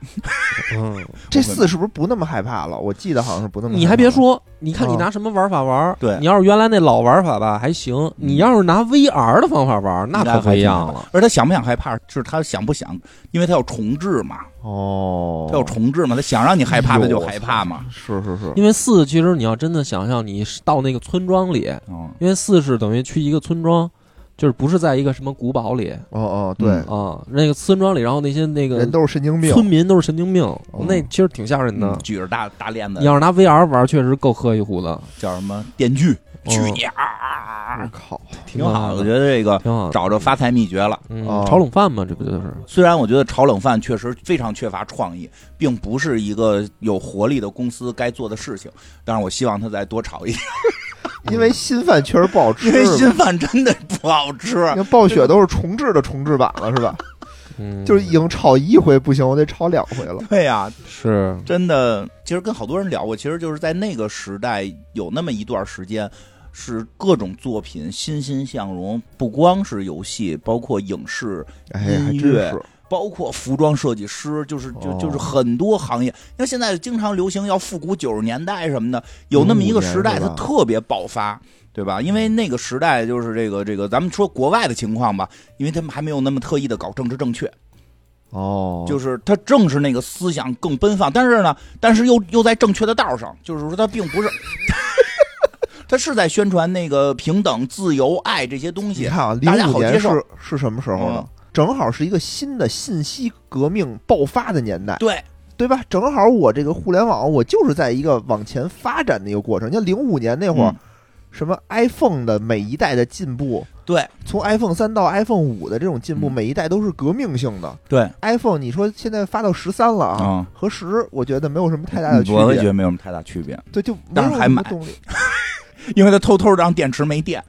Speaker 1: 嗯，
Speaker 3: 这四是不是不那么害怕了？我记得好像是不那么害怕了。
Speaker 1: 你还别说，你看你
Speaker 3: 哦
Speaker 1: 拿什么玩法玩儿？
Speaker 2: 对
Speaker 1: 你要是原来那老玩法吧还行，你要是拿 VR 的方法玩儿，那可不一样了。
Speaker 2: 而他想不想害怕，是他想不想，因为他要重置嘛，
Speaker 3: 哦，
Speaker 2: 他要重置嘛，他想让你害怕，
Speaker 3: 哎呦
Speaker 2: 他就害怕嘛。
Speaker 3: 是是是，
Speaker 1: 因为四其实你要真的想象，你是到那个村庄里，
Speaker 2: 嗯，
Speaker 1: 因为四是等于去一个村庄，就是不是在一个什么古堡里
Speaker 3: 哦哦，对
Speaker 2: 嗯，
Speaker 1: 啊，那个村庄里，然后那些那个
Speaker 3: 人都是神哦经病。
Speaker 1: 村民都是神经病，那其实挺吓人的
Speaker 2: 嗯。举着大大链子
Speaker 1: 你，要是拿 VR 玩，确实够喝一壶的，
Speaker 2: 叫什么电锯，
Speaker 1: 嗯
Speaker 2: 锯你啊啊啊！
Speaker 3: 我
Speaker 2: 啊
Speaker 3: 靠，
Speaker 1: 挺
Speaker 2: 挺好，我
Speaker 1: 的，
Speaker 2: 觉得这个
Speaker 1: 挺好的。
Speaker 2: 找着发财秘诀了。
Speaker 1: 嗯
Speaker 3: 哦，
Speaker 1: 炒冷饭嘛，这不就是？
Speaker 2: 虽然我觉得炒冷饭确实非常缺乏创意，并不是一个有活力的公司该做的事情，但是我希望他再多炒一 [laughs] 点，
Speaker 3: 因为新饭确实不好吃
Speaker 2: 因
Speaker 3: 嘛，
Speaker 2: 为新饭真的不好 [laughs] 吃。
Speaker 3: 那暴雪都是重置的重置版了，是吧？
Speaker 1: 嗯，
Speaker 3: 就是已经炒一回不行，我得炒两回了。
Speaker 2: 对呀、
Speaker 1: 是
Speaker 2: 真的，其实跟好多人聊过，其实就是在那个时代有那么一段时间，是各种作品欣欣向荣，不光是游戏，包括影视，
Speaker 3: 哎，还
Speaker 2: 音
Speaker 3: 真
Speaker 2: 乐
Speaker 3: 是。
Speaker 2: 包括服装设计师，就是就
Speaker 3: 哦
Speaker 2: 就是很多行业。因为现在经常流行要复古九十年代什么的，有那么一个时代，它
Speaker 3: 05年
Speaker 2: 特别爆发。对吧？因为那个时代就是这个这个，咱们说国外的情况吧，因为他们还没有那么特意的搞政治正确，
Speaker 1: 嗯
Speaker 3: 哦，
Speaker 2: 就是他正是那个思想更
Speaker 3: [laughs]
Speaker 2: 奔放，但是呢，但是又又在正确的道上，就是说他并不是， [laughs] 他是在宣传那个平等、自由、爱这些东
Speaker 3: 你
Speaker 2: 西。
Speaker 3: 看啊，零
Speaker 2: 大家好
Speaker 3: 五
Speaker 2: 接
Speaker 3: 年
Speaker 2: 受嗯
Speaker 3: 是是什么时候呢？正好是一个新的信息革命爆发的年代，
Speaker 2: 对，
Speaker 3: 对吧？正好我这个互联网，我就是在一个往前发展的一个过程。像零五年那会儿，
Speaker 2: 嗯
Speaker 3: 什么 iPhone 的每一代的进步，
Speaker 2: 对
Speaker 3: 从 iPhone 三到 iPhone 五的这种进步，
Speaker 2: 嗯
Speaker 3: 每一代都是革命性的。
Speaker 2: 对
Speaker 3: iPhone 你说现在发到十三了啊，
Speaker 2: 啊，
Speaker 3: 和十我觉得没有什么太大的区
Speaker 2: 嗯我也觉
Speaker 3: 别，
Speaker 2: 得没有什么太大区别，
Speaker 3: 对，就没
Speaker 2: 但
Speaker 3: 有
Speaker 2: 是还
Speaker 3: 什么
Speaker 2: 买
Speaker 3: 动力。
Speaker 2: 因为他偷偷让电池没电。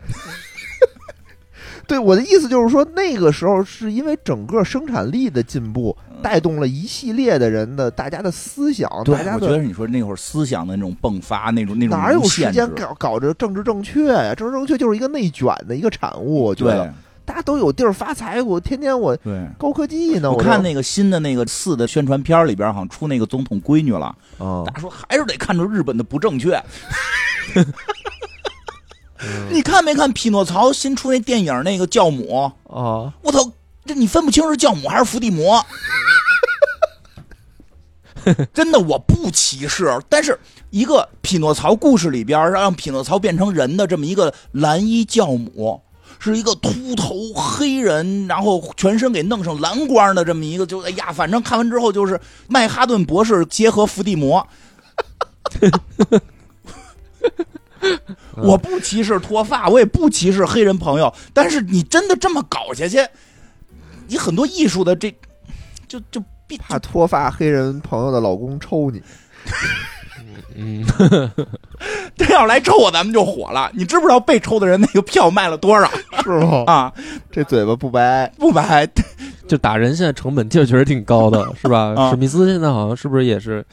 Speaker 3: 对我的意思就是说，那个时候是因为整个生产力的进步
Speaker 2: 嗯，
Speaker 3: 带动了一系列的人的大家的思想，
Speaker 2: 对，
Speaker 3: 啊大家
Speaker 2: 我觉得
Speaker 3: 的
Speaker 2: 你说那会儿思想的那种迸发，那种那种
Speaker 3: 哪有
Speaker 2: 无
Speaker 3: 时
Speaker 2: 限制
Speaker 3: 间搞搞着政治正确呀？政治正确就是一个内卷的一个产物，我觉得
Speaker 2: 对
Speaker 3: 大家都有地儿发财，我天天我
Speaker 2: 对。
Speaker 3: 高科技呢，
Speaker 2: 我
Speaker 3: 我
Speaker 2: 看那个新的那个四的宣传片儿里边，好像出那个总统闺女了，
Speaker 3: 那啊
Speaker 2: 大，家说还是得看出日本的不正确。你看没看匹诺曹新出那电影那个教母？
Speaker 3: 啊，
Speaker 2: 我操，这你分不清是教母还是伏地魔。真的，我不歧视，但是一个匹诺曹故事里边儿让匹诺曹变成人的这么一个蓝衣教母，是一个秃头黑人，然后全身给弄上蓝光的这么一个，就哎呀，反正看完之后就是曼哈顿博士结合伏地魔。我不歧视脱发，我也不歧视黑人朋友，但是你真的这么搞下去，你很多艺术的这就就必
Speaker 3: 怕脱发黑人朋友的老公抽你，
Speaker 1: 嗯，
Speaker 2: [laughs] 真要来抽我，咱们就火了。你知不知道被抽的人那个票卖了多少
Speaker 3: 是吗？
Speaker 2: 啊？
Speaker 3: 这嘴巴不白，
Speaker 2: 不买，
Speaker 1: 就打人现在成本确实挺高的，是吧？
Speaker 2: [laughs] 啊
Speaker 1: 史密斯现在好像是不是也是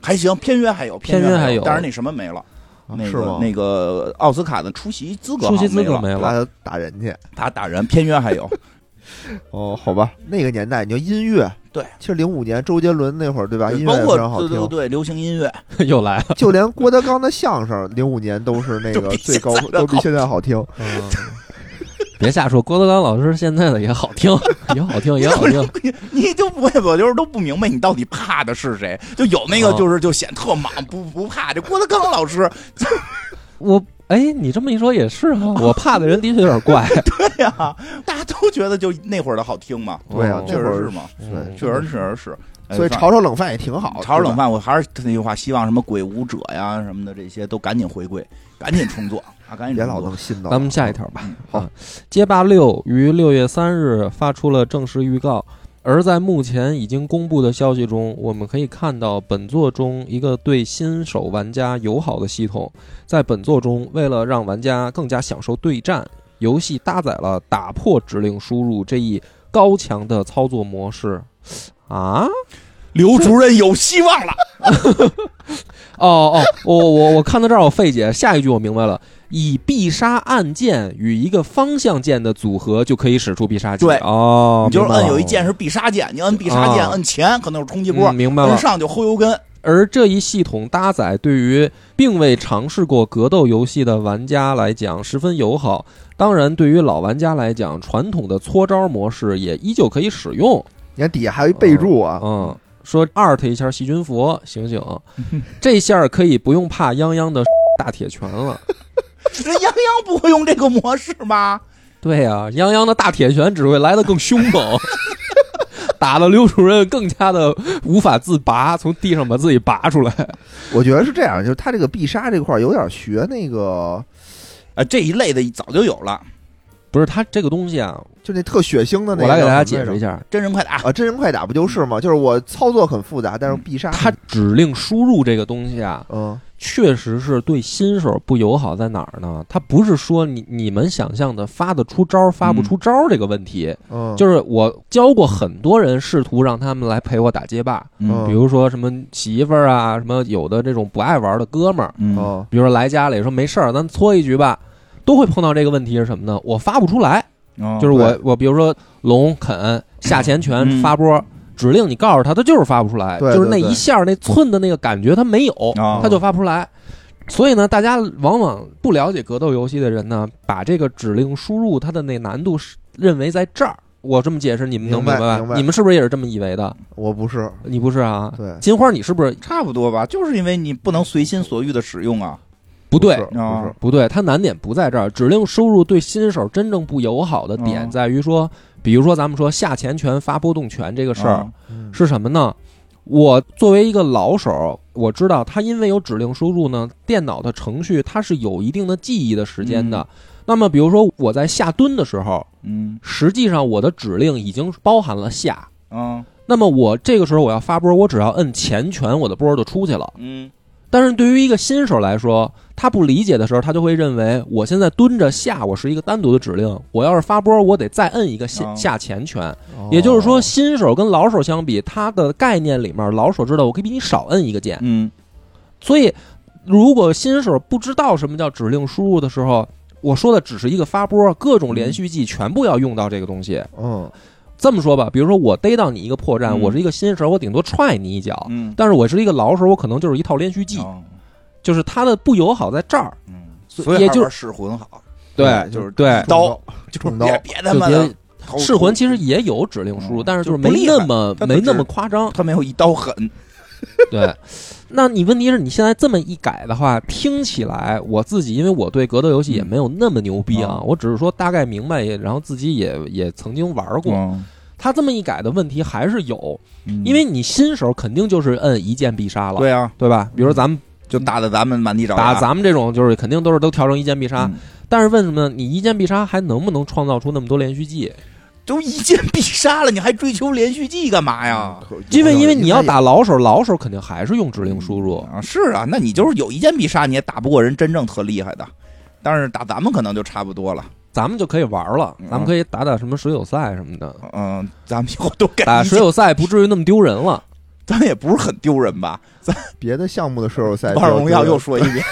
Speaker 2: 还行，片约还有，
Speaker 1: 片
Speaker 2: 约
Speaker 1: 约还
Speaker 2: 有，
Speaker 1: 有啊
Speaker 2: 但是那什么没了，那
Speaker 3: 啊是
Speaker 2: 个
Speaker 3: 吗？
Speaker 2: 那个奥斯卡的出席资格
Speaker 1: 出席资
Speaker 2: 好
Speaker 1: 格
Speaker 2: 像没了，
Speaker 1: 没
Speaker 3: 怕
Speaker 1: 了？
Speaker 3: 他打人去
Speaker 2: 他打人，片约还
Speaker 3: [laughs]
Speaker 2: 有，
Speaker 3: 哦，好吧，那个年代你就音乐，
Speaker 2: 对，
Speaker 3: 其实零五年周杰伦那会儿，对吧？音乐
Speaker 2: 包
Speaker 3: 也非
Speaker 2: 括
Speaker 3: 常好
Speaker 2: 对
Speaker 3: 听，
Speaker 2: 对对，流行音乐，
Speaker 1: 又来
Speaker 2: [laughs]
Speaker 1: 了，
Speaker 3: 就连郭德纲的相声，零五年都是那
Speaker 2: 都
Speaker 3: 个
Speaker 2: 比
Speaker 3: 最高
Speaker 2: 现在，的
Speaker 3: 都比现在好
Speaker 2: 哦
Speaker 3: 听。
Speaker 1: [laughs] 别瞎说，郭德纲老师现在的也好
Speaker 3: [laughs]
Speaker 1: 听，也好听，也好听。
Speaker 2: 你就不会，我就是都不明白你到底怕的是谁。就有那个
Speaker 1: 哦
Speaker 2: 就是就显特莽，不不怕。这郭德纲老师，哎
Speaker 1: 我哎，你这么一说也是啊，我怕的人的确有点怪。
Speaker 2: 对呀、大家都觉得就那会儿的好听嘛，
Speaker 3: 对啊
Speaker 1: 哦，
Speaker 3: 那
Speaker 2: 确
Speaker 3: 会
Speaker 2: 实
Speaker 3: 儿
Speaker 2: 是嘛，
Speaker 1: 嗯
Speaker 2: 确实确实是。哎
Speaker 3: 所以
Speaker 2: 反
Speaker 3: 炒炒冷饭也挺好，
Speaker 2: 炒冷
Speaker 3: 对吧。
Speaker 2: 饭，我还是那句话，希望什么鬼舞者呀什么的这些都赶紧回归，赶紧重做嗯啊，赶紧
Speaker 3: 别
Speaker 2: 重
Speaker 3: 老
Speaker 2: 做
Speaker 3: 能信到，
Speaker 1: 咱们下一条吧。
Speaker 3: 好
Speaker 1: 啊，街霸六于六月三日发出了正式预告，而在目前已经公布的消息中，我们可以看到本作中一个对新手玩家友好的系统。在本作中，为了让玩家更加享受对战，游戏搭载了打破指令输入这一高强的操作模式。啊，
Speaker 2: 刘主任有希望了，
Speaker 1: 哦哦，我我我看到这儿我费解，下一句我明白了，以必杀按键与一个方向键的组合就可以使出必杀技。
Speaker 2: 对
Speaker 1: 哦，
Speaker 2: 你就是
Speaker 1: 明白了
Speaker 2: 摁有一键是必杀键，你摁必杀键，
Speaker 1: 啊
Speaker 2: 摁前可能是冲击波
Speaker 1: 嗯，明白
Speaker 2: 摁
Speaker 1: 了。
Speaker 2: 上就后油跟，
Speaker 1: 而这一系统搭载对于并未尝试过格斗游戏的玩家来讲十分友好，当然对于老玩家来讲，传统的搓招模式也依旧可以使用。
Speaker 3: 你看底下还有一备注啊，
Speaker 1: 嗯，说 art 一下细菌佛，醒醒，这下儿可以不用怕泱泱的大铁拳了。
Speaker 2: 这泱泱不会用这个模式吗？
Speaker 1: 对呀、啊，泱泱的大铁拳只会来得更凶猛， [laughs] 打的刘主任更加的无法自拔，从地上把自己拔出来。
Speaker 3: 我觉得是这样，就是他这个必杀这块儿有点学那个，
Speaker 2: 啊，这一类的早就有了，
Speaker 1: 不是他这个东西啊，
Speaker 3: 就那特血腥的那个。
Speaker 1: 我来给大家解释一
Speaker 3: 下
Speaker 1: 下，
Speaker 2: 真人快打，
Speaker 3: 啊，真人快打不就是吗？就是我操作很复杂，但是必杀
Speaker 1: 它指令输入这个东西啊，
Speaker 3: 嗯
Speaker 1: 确实是对新手不友好在哪儿呢？它不是说你你们想象的发得出招儿发不出招儿这个问题，
Speaker 3: 嗯，
Speaker 1: 就是我教过很多人，试图让他们来陪我打街霸，
Speaker 3: 嗯
Speaker 1: 比如说什么媳妇儿啊，什么有的这种不爱玩的哥们儿，
Speaker 2: 嗯
Speaker 3: 哦
Speaker 1: 比如说来家里说没事儿，咱搓一局吧。都会碰到这个问题是什么呢？我发不出来，
Speaker 3: 哦
Speaker 2: 嗯
Speaker 1: 就是我我比如说龙啃下前
Speaker 2: 嗯
Speaker 1: 拳发波，指令你告诉他，他就是发不出来，
Speaker 3: 对
Speaker 1: 就是那
Speaker 3: 对哦对
Speaker 1: 一下那寸的那个感觉他没有，
Speaker 2: 啊
Speaker 1: 他就发不出来。所以呢，大家往往不了解格斗游戏的人呢，把这个指令输入它的那难度是认为在这儿。我这么解释，你们能
Speaker 3: 明白
Speaker 1: 白
Speaker 3: 明白
Speaker 1: 你们是不是也是这么以为的？
Speaker 3: 我不是，
Speaker 1: 你不是啊？
Speaker 3: 对
Speaker 1: 金花，你是不是？
Speaker 2: 差不多吧，就是因为你不能随心所欲的使用啊。
Speaker 1: 不对
Speaker 3: 是，不
Speaker 2: 啊
Speaker 3: 是，
Speaker 1: 不对，它难点不在这儿。指令收入对新手真正不友好的点
Speaker 2: 嗯
Speaker 1: 在于说，比如说咱们说下潜权、发波动权这个事儿
Speaker 2: 嗯
Speaker 3: 嗯
Speaker 1: 是什么呢？我作为一个老手，我知道它因为有指令输入呢，电脑的程序它是有一定的记忆的时间的。那么，比如说我在下蹲的时候，
Speaker 2: 嗯
Speaker 1: 实际上我的指令已经包含了下。
Speaker 2: 嗯
Speaker 1: 那么我这个时候我要发波，我只要摁前拳，我的波就出去了。
Speaker 2: 嗯
Speaker 1: 但是对于一个新手来说，他不理解的时候，他就会认为我现在蹲着下，我是一个单独的指令。我要是发波，我得再摁一个下
Speaker 2: 哦
Speaker 1: 下前拳。也就是说，新手跟老手相比，他的概念里面，老手知道我可以比你少摁一个键。
Speaker 2: 嗯
Speaker 1: 所以，如果新手不知道什么叫指令输入的时候，我说的只是一个发波，各种连续技全部要用到这个东西。
Speaker 3: 哦，
Speaker 1: 这么说吧，比如说我逮到你一个破绽，
Speaker 2: 嗯
Speaker 1: 我是一个新手，我顶多踹你一脚；
Speaker 2: 嗯，
Speaker 1: 但是我是一个老手，我可能就是一套连续技。
Speaker 2: 哦
Speaker 1: 就是它的不友好在这儿，
Speaker 2: 嗯，
Speaker 1: 嗯所以
Speaker 2: 所以
Speaker 1: 也
Speaker 2: 还
Speaker 1: 就是
Speaker 2: 噬魂好，
Speaker 1: 对，
Speaker 2: 就是
Speaker 1: 对，
Speaker 2: 刀
Speaker 3: 就是
Speaker 2: 别
Speaker 3: 哎刀
Speaker 2: 别他
Speaker 1: 就
Speaker 2: 妈的
Speaker 1: 别噬魂其实也有指令输入，
Speaker 2: 嗯
Speaker 1: 但是就是
Speaker 2: 就不
Speaker 1: 没
Speaker 2: 厉
Speaker 1: 那
Speaker 2: 害
Speaker 1: 么
Speaker 2: 它
Speaker 1: 没
Speaker 2: 只
Speaker 1: 那
Speaker 2: 是。
Speaker 1: 么夸张
Speaker 2: 他没有一刀狠，
Speaker 1: 对，那你问题是你现在这么一改的话，听起来我自己因为我对格斗游戏也没有那么牛逼啊，
Speaker 2: 嗯
Speaker 1: 我只是说大概明白也，然后自己也也曾经玩过。他这么一改的问题还是有，
Speaker 2: 嗯
Speaker 1: 因为你新手肯定就是摁一键必杀了，
Speaker 2: 对啊，
Speaker 1: 对吧？比如说咱们
Speaker 2: 就打的咱们满地
Speaker 1: 嗯
Speaker 2: 找
Speaker 1: 打
Speaker 2: 牙
Speaker 1: 咱们这种就是肯定都是都调成一键必杀，
Speaker 2: 嗯
Speaker 1: 但是为什么呢？你一键必杀还能不能创造出那么多连续技？
Speaker 2: 嗯都一剑必杀了，你还追求连续技干嘛哎呀？
Speaker 3: 可
Speaker 1: 因为因为你要打老手，老手肯定还是用指令输入。
Speaker 2: 啊，是啊，那你就是有一剑必杀，你也打不过人真正特厉害的，但是打咱们可能就差不多了。
Speaker 1: 咱们就可以玩了，
Speaker 2: 嗯
Speaker 1: 咱们可以打打什么水友赛什么的，
Speaker 2: 嗯，咱们以后
Speaker 1: [laughs]
Speaker 2: 都改
Speaker 1: 打
Speaker 2: 一
Speaker 1: 水
Speaker 2: 剑，
Speaker 1: 友赛不至于那么丢人了。
Speaker 2: 咱们也不是很丢人吧？
Speaker 3: 别的项目的射手赛，
Speaker 2: 王者荣耀又说一
Speaker 3: [laughs]
Speaker 2: 遍，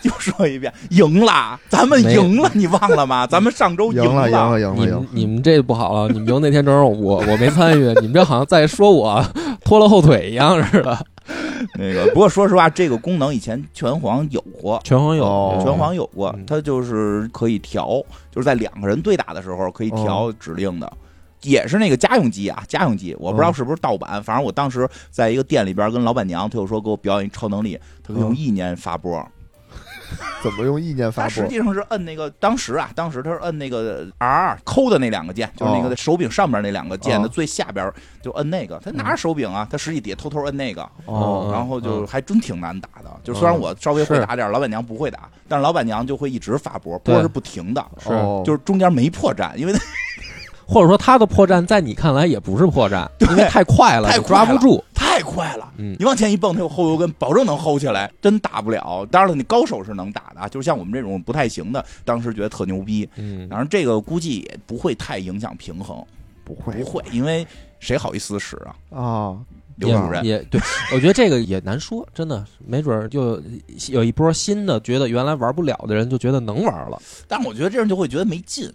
Speaker 2: 又说一遍，赢了，咱们
Speaker 1: 没
Speaker 2: 赢了，你忘了吗？咱们上周
Speaker 3: 赢
Speaker 2: 了，
Speaker 3: 了赢了赢
Speaker 1: 你
Speaker 3: 了赢
Speaker 1: 们
Speaker 3: 了，
Speaker 1: 你们这不好了，你们赢那天正好我我没参与，你们这好像在说我拖了后腿一样似的。
Speaker 2: [laughs] 那个，不过说实话，这个功能以前拳皇有过，
Speaker 1: 拳皇有，
Speaker 3: 哦
Speaker 2: 拳皇有过
Speaker 1: 嗯，
Speaker 2: 它就是可以调，就是在两个人对打的时候可以
Speaker 3: 哦
Speaker 2: 调指令的。也是那个家用机啊，家用机，我不知道
Speaker 3: 嗯
Speaker 2: 是不是盗版，反正我当时在一个店里边跟老板娘，她就说给我表演一超能力，她可以用
Speaker 3: 嗯
Speaker 2: 意念发波，
Speaker 3: 怎么用意念
Speaker 2: 她
Speaker 3: 发
Speaker 2: 实
Speaker 3: 布？
Speaker 2: 际上是摁那个，当时啊，当时她是摁那个 R 抠的那两个键，就是那个
Speaker 3: 哦
Speaker 2: 手柄上边那两个键的
Speaker 3: 哦嗯
Speaker 2: 最下边就摁那个，她拿着手柄啊，她实际底下偷偷摁那个，
Speaker 1: 哦，
Speaker 2: 然后就
Speaker 1: 嗯
Speaker 2: 还真挺难打的，就虽然我稍微会打点儿，老板娘不会打，但是老板娘就会一直发波，
Speaker 1: 对
Speaker 2: 波是不停的，
Speaker 1: 是
Speaker 3: 哦
Speaker 2: 就是中间没破绽，
Speaker 1: [laughs]
Speaker 2: 因为
Speaker 1: 嗯或者说他的破绽在你看来也不是破绽，
Speaker 2: 对
Speaker 1: 因为太快了，
Speaker 2: 太
Speaker 1: 你抓
Speaker 2: 快
Speaker 1: 不
Speaker 2: 了
Speaker 1: 住。
Speaker 2: 太快了，
Speaker 1: 嗯
Speaker 2: 你往前一蹦，它有后油跟，保证能吼起来，真打不了。当然了，你高手是能打的啊，就像我们这种不太行的，当时觉得特牛逼。
Speaker 1: 嗯，
Speaker 2: 当然，这个估计也不会太影响平衡，
Speaker 3: 不
Speaker 2: 不
Speaker 3: 会
Speaker 2: 会，因为谁好意思使啊？
Speaker 3: 啊，
Speaker 2: 刘主任，
Speaker 1: 也也对，我觉得这个也难说，真的，没准儿就有一波新的，觉得原来玩不了的人就觉得能玩了。
Speaker 2: 但是我觉得这样就会觉得没劲。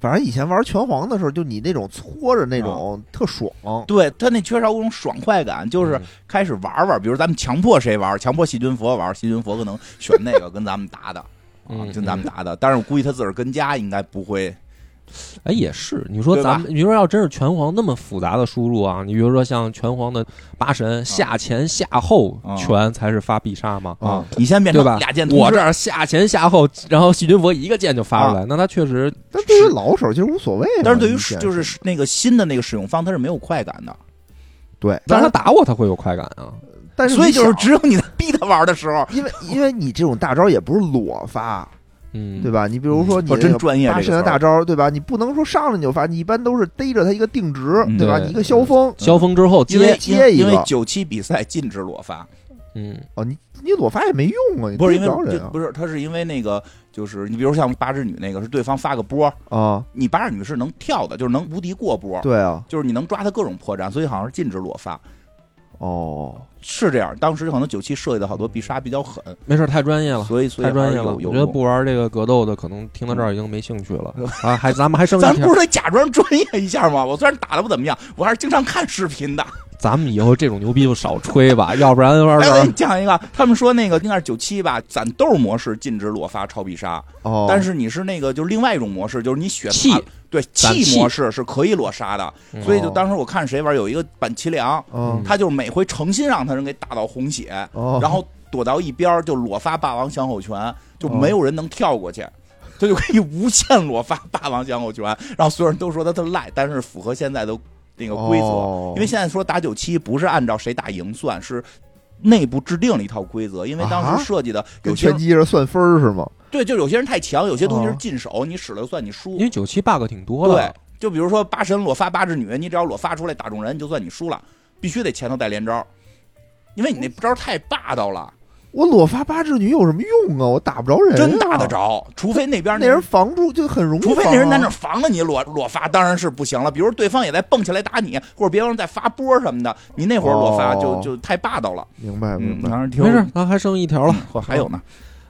Speaker 3: 反正以前玩拳皇的时候，就你那种搓着那
Speaker 2: 啊
Speaker 3: 种特爽，
Speaker 2: 对他那缺少一种爽快感，就是
Speaker 1: 嗯
Speaker 2: 开始玩玩，比如咱们强迫谁玩，强迫细菌佛玩，细菌佛可能选那个跟咱们
Speaker 3: [laughs]
Speaker 2: 打的，啊
Speaker 1: 嗯，
Speaker 2: 跟咱们打的。但是我估计他自个儿跟家应该不会，
Speaker 1: 哎，也是，你说
Speaker 2: 对吧
Speaker 1: 咱们，你说要真是拳皇那么复杂的输入啊，你比如说像拳皇的八神下前下后
Speaker 2: 啊
Speaker 1: 拳才是发必杀嘛，
Speaker 3: 啊，
Speaker 2: 你先变成
Speaker 1: 对吧
Speaker 2: 俩剑同
Speaker 1: 我
Speaker 2: 时啊
Speaker 1: 这儿下前下后，然后细菌佛一个键就发出来，那他确实
Speaker 3: 但对于老手其实无所谓嘛。
Speaker 2: 但是对于
Speaker 3: 你现在
Speaker 2: 就是那个新的那个使用方，他是没有快感的，
Speaker 3: 对，
Speaker 1: 让
Speaker 3: 但
Speaker 1: 他
Speaker 3: 是
Speaker 1: 打我，他会有快感啊。
Speaker 3: 但是
Speaker 2: 所以
Speaker 3: 你
Speaker 2: 就是
Speaker 3: 想
Speaker 2: 只有你在逼他玩的时候，
Speaker 3: 因为因为你这种大招也不是裸发，
Speaker 1: 嗯，
Speaker 3: 对？吧？你比如说你
Speaker 2: 我嗯
Speaker 3: 这
Speaker 2: 真
Speaker 3: 个
Speaker 2: 专业
Speaker 3: 八
Speaker 2: 这
Speaker 3: 神
Speaker 2: 个
Speaker 3: 的
Speaker 2: 词
Speaker 3: 大
Speaker 2: 儿。
Speaker 3: 招，对吧？你不能说上来你就发，你一般都是逮着他一个定值
Speaker 2: 嗯，
Speaker 3: 对吧？
Speaker 1: 对
Speaker 3: 你一个消风，
Speaker 1: 交锋之后接，
Speaker 2: 因为
Speaker 3: 接
Speaker 2: 因为
Speaker 3: 一
Speaker 2: 因
Speaker 3: 个
Speaker 2: 为九七比赛禁止裸发，
Speaker 1: 嗯，
Speaker 3: 哦，你你裸发也没用啊，你
Speaker 2: 不是因
Speaker 3: 逮
Speaker 2: 为
Speaker 3: 不着人
Speaker 2: 就
Speaker 3: 啊
Speaker 2: 不是，他是因为那个就是你比如像八智女那个是对方发个波，
Speaker 3: 啊，
Speaker 2: 你八智女是能跳的，就是能无敌过波，
Speaker 3: 对啊，
Speaker 2: 就是你能抓他各种破绽，所以好像是禁止裸发，
Speaker 3: 哦，
Speaker 2: 是这样。当时可能九七设计的好多必杀比较狠，
Speaker 1: 没事儿，太专业了。
Speaker 2: 所以所以
Speaker 1: 太专业
Speaker 2: 还
Speaker 1: 了，
Speaker 2: 是有
Speaker 1: 我觉
Speaker 2: 有
Speaker 1: 得
Speaker 2: 用嗯
Speaker 1: 不。玩这个格斗的，可能听到这儿已经没兴趣了啊！还咱们还剩一
Speaker 2: 咱
Speaker 1: 条
Speaker 2: 不，是得假装专业一下吗？我虽然打的不怎么样，我还是经常看视频
Speaker 1: [laughs]
Speaker 2: 的。
Speaker 1: 咱们以后这种牛逼就少吹吧，要不然玩
Speaker 2: 哎来，我给
Speaker 1: 玩
Speaker 2: 你讲一个，他们说那个应该是九七吧，攒豆模式禁止裸发超必杀，
Speaker 3: 哦，
Speaker 2: 但是你是那个就是另外一种模式，就是你血
Speaker 1: 气
Speaker 2: 爬对
Speaker 1: 攒
Speaker 2: 气
Speaker 1: 气
Speaker 2: 模式是可以裸杀的，
Speaker 1: 嗯
Speaker 2: 所以就当时我看谁玩有一个板崎良，
Speaker 3: 嗯
Speaker 2: 他就是每回诚心让他人给打到红血，
Speaker 3: 哦，
Speaker 2: 然后躲到一边儿就裸发霸王享有权，就没有人能跳过去。他就可以无限裸发霸王享有权，然后所有人都说他他赖，但是符合现在的那个规则，
Speaker 3: 哦
Speaker 2: 因为现在说打九七不是按照谁打赢算，是内部制定了一套规则。因为当
Speaker 3: 啊
Speaker 2: 时设计的有
Speaker 3: 跟
Speaker 2: 些人、
Speaker 3: 拳击是算分儿是吗？
Speaker 2: 对，就有些人太强，有些东西是
Speaker 3: 哦
Speaker 2: 进手，你使了就算你输
Speaker 1: 嗯因。为九七 bug 挺多
Speaker 2: 对
Speaker 1: 的，，
Speaker 2: 就比如说八神裸发八智女，你只要裸发出来打中人，就算你输了，必须得前头带连招，因为你那
Speaker 3: 嗯
Speaker 2: 招太霸道了，
Speaker 3: 我裸发八智女有什么用啊？我打不着人、啊，
Speaker 2: 真打得。着，除非那边
Speaker 3: 那人防啊住就很容易、
Speaker 2: 除非那人在那儿，防着你裸裸发，当然是不行了。比如对方也在蹦起来打你，或者别人在发波什么的，你那会儿裸发就、
Speaker 3: 哦
Speaker 2: 就太霸道了。
Speaker 3: 明白
Speaker 2: 嗯
Speaker 3: 明，白。
Speaker 2: 当然挺
Speaker 1: 没事，咱还剩一条了。嗯
Speaker 2: 嚯嗯还有呢，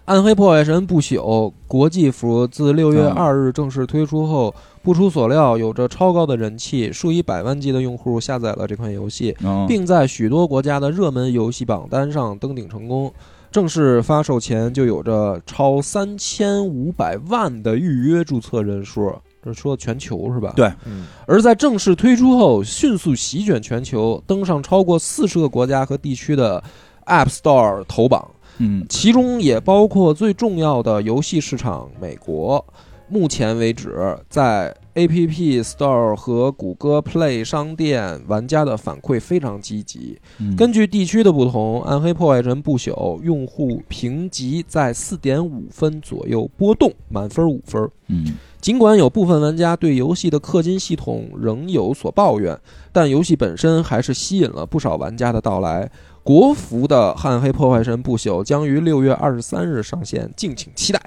Speaker 1: 暗黑破坏神不朽国际服自六月
Speaker 2: 嗯
Speaker 1: 二日正式推出后，不出所料，有着超高的人气，数以百万计的用户下载了这款游戏，
Speaker 2: 嗯
Speaker 1: 并在许多国家的热门游戏榜单上登顶成功。正式发售前就有着超三千五百万的预约注册人数，这说全球是吧？
Speaker 2: 对
Speaker 3: 嗯，
Speaker 1: 而在正式推出后，迅速席卷全球，登上超过四十个国家和地区的 App Store 头榜。
Speaker 2: 嗯
Speaker 1: 其中也包括最重要的游戏市场美国。目前为止，在 App Store 和谷歌 Play 商店，玩家的反馈非常积极。
Speaker 2: 嗯
Speaker 1: 根据地区的不同，《暗黑破坏神：不朽》用户评级在4.5分左右波动，满分五分。
Speaker 2: 嗯
Speaker 1: 尽管有部分玩家对游戏的氪金系统仍有所抱怨，但游戏本身还是吸引了不少玩家的到来。国服的《暗黑破坏神不朽》将于六月二十三日上线，敬请期待。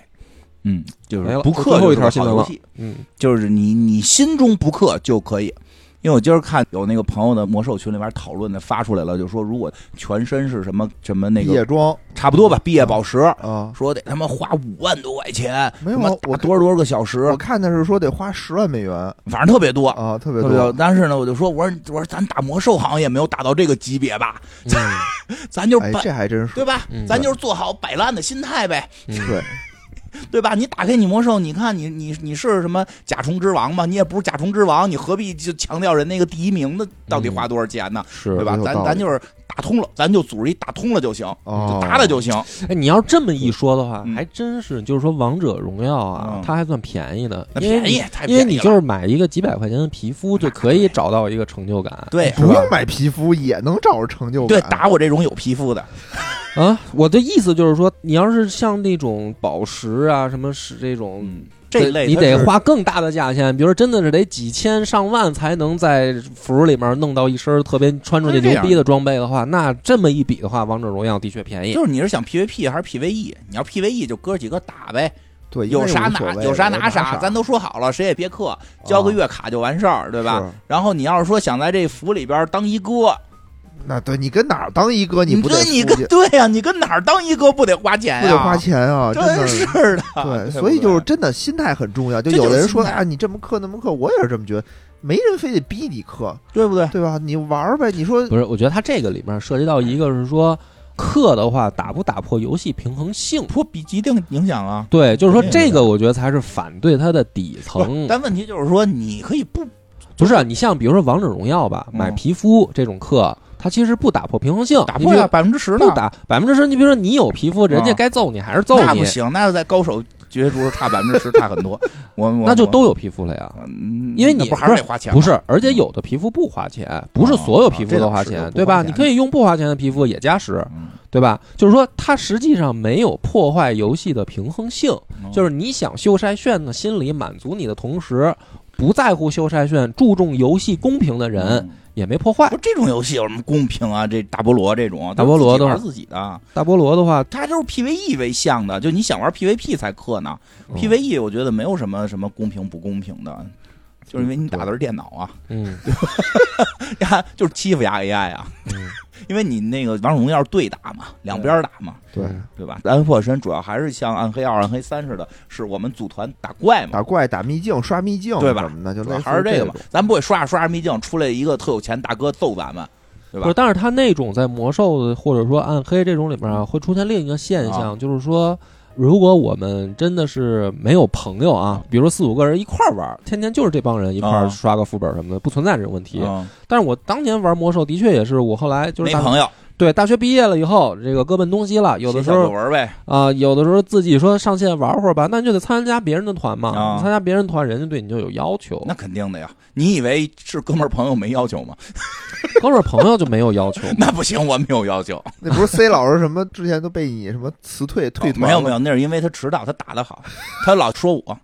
Speaker 2: 嗯，就
Speaker 1: 没了
Speaker 2: 不
Speaker 1: 最
Speaker 2: 氪
Speaker 1: 后一
Speaker 2: 就是
Speaker 1: 条新
Speaker 2: 好
Speaker 1: 闻
Speaker 2: 游
Speaker 1: 了
Speaker 2: 戏
Speaker 1: 嗯，
Speaker 2: 就是你你心中不氪就可以。因为我今儿看有那个朋友的魔兽群里边讨论的发出来了，就说如果全身是什么什么那
Speaker 3: 夜
Speaker 2: 个
Speaker 3: 装
Speaker 2: 差不多吧，毕业宝石，
Speaker 3: 啊，
Speaker 2: 说得他妈花五万多块钱，
Speaker 3: 没有
Speaker 2: 他妈打
Speaker 3: 我看
Speaker 2: 多少多少个小时
Speaker 3: 我，看的是说得花十万美元
Speaker 2: 反正特别多。
Speaker 3: 啊，特别
Speaker 2: 特别多，
Speaker 3: 多。
Speaker 2: 但是呢，我就说，我说我说咱打魔兽好像也没有打到这个级别吧，
Speaker 1: 嗯，
Speaker 2: 咱就是
Speaker 3: 哎，
Speaker 2: 摆、
Speaker 3: 这还真是
Speaker 2: 对吧？
Speaker 1: 嗯
Speaker 2: 咱就是做好摆烂的心态呗，
Speaker 3: 对，
Speaker 2: 对吧？你打开你魔兽，你看你你你是什么甲虫之王吗？你也不是甲虫之王，你何必就强调人那个第一名的到底
Speaker 1: 嗯
Speaker 2: 花多少钱呢？
Speaker 1: 是
Speaker 2: 对吧？
Speaker 3: 有
Speaker 2: 咱
Speaker 3: 道理
Speaker 2: 咱就是打通了，咱就组织一打通了就行，
Speaker 3: 哦
Speaker 2: 就打打就行。
Speaker 1: 哎，你要这么一说的话，
Speaker 2: 嗯
Speaker 1: 还真是，就是说《王者荣耀》啊
Speaker 2: 嗯，
Speaker 1: 它还算便宜的，
Speaker 2: 那
Speaker 1: 因为
Speaker 2: 便宜
Speaker 1: 你
Speaker 2: 太
Speaker 1: 因为
Speaker 2: 便宜
Speaker 1: 你
Speaker 2: 了
Speaker 1: 就是买一个几百块钱的皮肤就可以找到一个成就感。
Speaker 2: 对
Speaker 3: 不用买皮肤也能找着成就
Speaker 2: 对
Speaker 3: 感。，
Speaker 2: 打我这种有皮肤的，
Speaker 1: 啊，我的意思就是说，你要是像那种宝石啊，什么是这种
Speaker 2: 嗯，这类
Speaker 1: 你
Speaker 2: 它
Speaker 1: 得
Speaker 2: 是
Speaker 1: 花更大的价钱，比如说真的是得几千上万才能在服里面弄到一身特别穿出去
Speaker 2: 它是这
Speaker 1: 牛
Speaker 2: 样
Speaker 1: 逼的装备的话，那这么一比的话，王者荣耀的确便宜。
Speaker 2: 就是你是想 PVP 还是 PVE？你要 PVE 就哥几个打呗，
Speaker 3: 对，因
Speaker 2: 有
Speaker 3: 为
Speaker 2: 啥
Speaker 3: 无所
Speaker 2: 拿
Speaker 3: 谓
Speaker 2: 有啥拿
Speaker 3: 啥，
Speaker 2: 咱都说好了，谁也别氪，交个月卡就完事儿，对吧？
Speaker 3: 是？
Speaker 2: 然后你要是说想在这服里边当一哥，
Speaker 3: 那对你跟哪儿当一哥，
Speaker 2: 你
Speaker 3: 不得
Speaker 2: 这你
Speaker 3: 出
Speaker 2: 跟
Speaker 3: 去
Speaker 2: 对呀、你跟哪儿当一哥不得花钱
Speaker 3: 不
Speaker 2: 呀？
Speaker 3: 得花钱啊？真
Speaker 2: 真
Speaker 3: 的
Speaker 2: 是的。
Speaker 3: 对，
Speaker 2: 啊不
Speaker 3: 所以就是真的心态很重要。就
Speaker 2: 这就是
Speaker 3: 有的人说
Speaker 2: 心态
Speaker 3: 啊，你这么氪那么氪，我也是这么觉得，没人非得逼你氪，
Speaker 2: 对不对？
Speaker 3: 对吧？你玩儿呗，你说
Speaker 1: 不是，我觉得它这个里面涉及到一个是说氪的话打不打破游戏平衡性。
Speaker 2: 不比一定影响啊。
Speaker 1: 对，就是说
Speaker 2: 肯定
Speaker 1: 这
Speaker 2: 的
Speaker 1: 个，我觉得才是反对它的底
Speaker 2: 不
Speaker 1: 层。
Speaker 2: 但问题就是说，你可以不
Speaker 1: 不是啊，你像比如说王者荣耀吧，
Speaker 2: 嗯
Speaker 1: 买皮肤这种氪，它其实不打破平衡性，
Speaker 2: 打
Speaker 1: 你
Speaker 2: 破
Speaker 1: 比如
Speaker 2: 呀，百分之十
Speaker 1: 不
Speaker 2: 呢？
Speaker 1: 打百分之十。你比如说你有皮肤，人家
Speaker 2: 啊
Speaker 1: 该揍你还是揍
Speaker 2: 那
Speaker 1: 你
Speaker 2: 不，行，那要在高手角逐差百分之十，差很多。我我
Speaker 1: 那就都有皮肤了呀。
Speaker 2: 嗯
Speaker 1: 因为你
Speaker 2: 那不还是得花钱吗？嗯哦
Speaker 1: 不是，而且有的皮肤不花钱，不是所有皮肤都花
Speaker 2: 这
Speaker 1: 钱，
Speaker 2: 倒是
Speaker 1: 对吧？
Speaker 2: 不花钱
Speaker 1: 你可以用不花钱的皮肤也加十，
Speaker 2: 嗯，
Speaker 1: 对吧？就是说，它实际上没有破坏游戏的平衡性，
Speaker 2: 嗯
Speaker 1: 就是你想秀晒炫的心理满足你的同时，不在乎秀晒炫，注重游戏公平的人
Speaker 2: 嗯
Speaker 1: 也没破坏
Speaker 2: 不。是这种游戏有什么公平啊？这大菠萝这种，
Speaker 1: 大菠萝
Speaker 2: 都
Speaker 1: 的
Speaker 2: 是
Speaker 1: 话
Speaker 2: 自己玩自己的，
Speaker 1: 大菠萝的话，
Speaker 2: 它就是 PVE 为向的，就你想玩 PVP 才氪呢。
Speaker 1: 嗯
Speaker 2: PVE 我觉得没有什么什么公平不公平的，就是因为你打的是电脑啊，
Speaker 1: 嗯，
Speaker 2: 呀， [laughs] 就是欺负呀 AI 啊，
Speaker 1: 嗯
Speaker 2: [laughs] 因为你那个王者荣耀是对打嘛，两边打嘛，
Speaker 3: 对
Speaker 2: 对吧？暗黑破坏神主要还是像暗黑二、暗黑三似的，是我们组团打怪嘛。
Speaker 3: 打怪、打秘境、刷秘境
Speaker 2: 对吧
Speaker 3: 什么的，就
Speaker 2: 主
Speaker 3: 类
Speaker 2: 要
Speaker 3: 似
Speaker 2: 还是
Speaker 3: 这
Speaker 2: 这个嘛
Speaker 3: 种，
Speaker 2: 咱不会刷着刷着秘境出来一个特有钱大哥揍咱们，对
Speaker 1: 不是，
Speaker 2: 吧？
Speaker 1: 但是它那种在魔兽的或者说暗黑这种里面啊，会出现另一个现
Speaker 2: 啊
Speaker 1: 象，就是说。如果我们真的是没有朋友啊，比如说四五个人一块儿玩儿，天天就是这帮人一块
Speaker 2: 啊
Speaker 1: 儿刷个副本什么的，不存在这种问题。
Speaker 2: 嗯
Speaker 1: 但是我当年玩魔兽的确也是，我后来就是
Speaker 2: 没
Speaker 1: 大
Speaker 2: 朋友，
Speaker 1: 对，大学毕业了以后，这个各奔东西了，有的时
Speaker 2: 写小
Speaker 1: 候
Speaker 2: 作文呗，
Speaker 1: 啊、有的时候自己说上线玩会儿吧，那你就得参加别人的团嘛。
Speaker 2: 啊
Speaker 1: 你参加别人团，人家对你就有要求。
Speaker 2: 那肯定的呀。你以为是哥们儿朋友没要求吗？
Speaker 1: 哥们儿朋友就没有要
Speaker 2: [laughs]
Speaker 1: 求
Speaker 2: 那不行，我没有要
Speaker 1: [laughs]
Speaker 2: 求。
Speaker 3: 那不是 C 老师什么之前都被你什么辞
Speaker 2: [laughs]
Speaker 3: 退退团、
Speaker 2: 哦没有没，有，那是因为他迟到，他打的好，他老说我，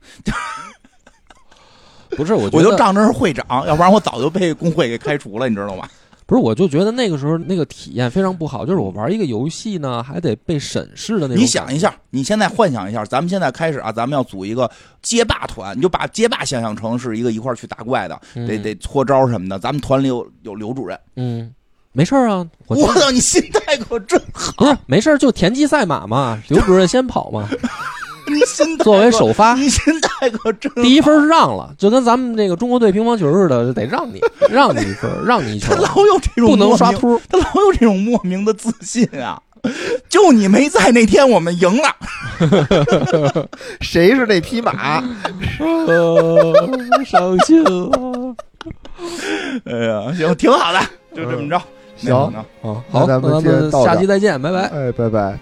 Speaker 1: 不是，我觉
Speaker 2: 我
Speaker 1: 得
Speaker 2: 就仗着是会长，要不然我早就被工会给开除了，你知道吗？
Speaker 1: 不是，我就觉得那个时候那个体验非常不好，就是我玩一个游戏呢，还得被审视的那种。
Speaker 2: 你想一，下，你现在幻想一下，咱们现在开始啊，咱们要组一个街霸团，你就把街霸想象成是一个一块儿去打怪的，
Speaker 1: 嗯、
Speaker 2: 得得搓招什么的。咱们团里有有刘主任，
Speaker 1: 嗯，没事儿啊，我
Speaker 2: 我操，你心态可真好，
Speaker 1: 不是没事儿，就田忌赛马嘛， [laughs] 刘主任先跑嘛，
Speaker 2: 你心态
Speaker 1: 作为
Speaker 2: 可
Speaker 1: 首
Speaker 2: [laughs]
Speaker 1: 发，
Speaker 2: 你心态可真
Speaker 1: 第一分让了，就跟咱们这个中国队乒乓球似的，得让你让你一分，让你一
Speaker 2: 他
Speaker 1: 球，
Speaker 2: 老有这种
Speaker 1: 不能
Speaker 2: 莫
Speaker 1: 刷
Speaker 2: 名，
Speaker 1: 秃。
Speaker 2: [laughs] 他老有这种莫名的自信啊！就你没在那天，我们赢了。
Speaker 3: 谁是那
Speaker 2: [laughs]
Speaker 3: 匹马？
Speaker 1: 呃，伤心啊了
Speaker 2: 哎呀， [laughs] 行，挺好的，就这么着。
Speaker 3: 行，
Speaker 2: 那
Speaker 1: 啊！好，
Speaker 3: 那咱
Speaker 1: 那
Speaker 3: 们
Speaker 1: 咱
Speaker 3: 接着
Speaker 1: 们
Speaker 3: 到这儿
Speaker 1: 下期再见，拜拜。
Speaker 3: 哎，拜拜。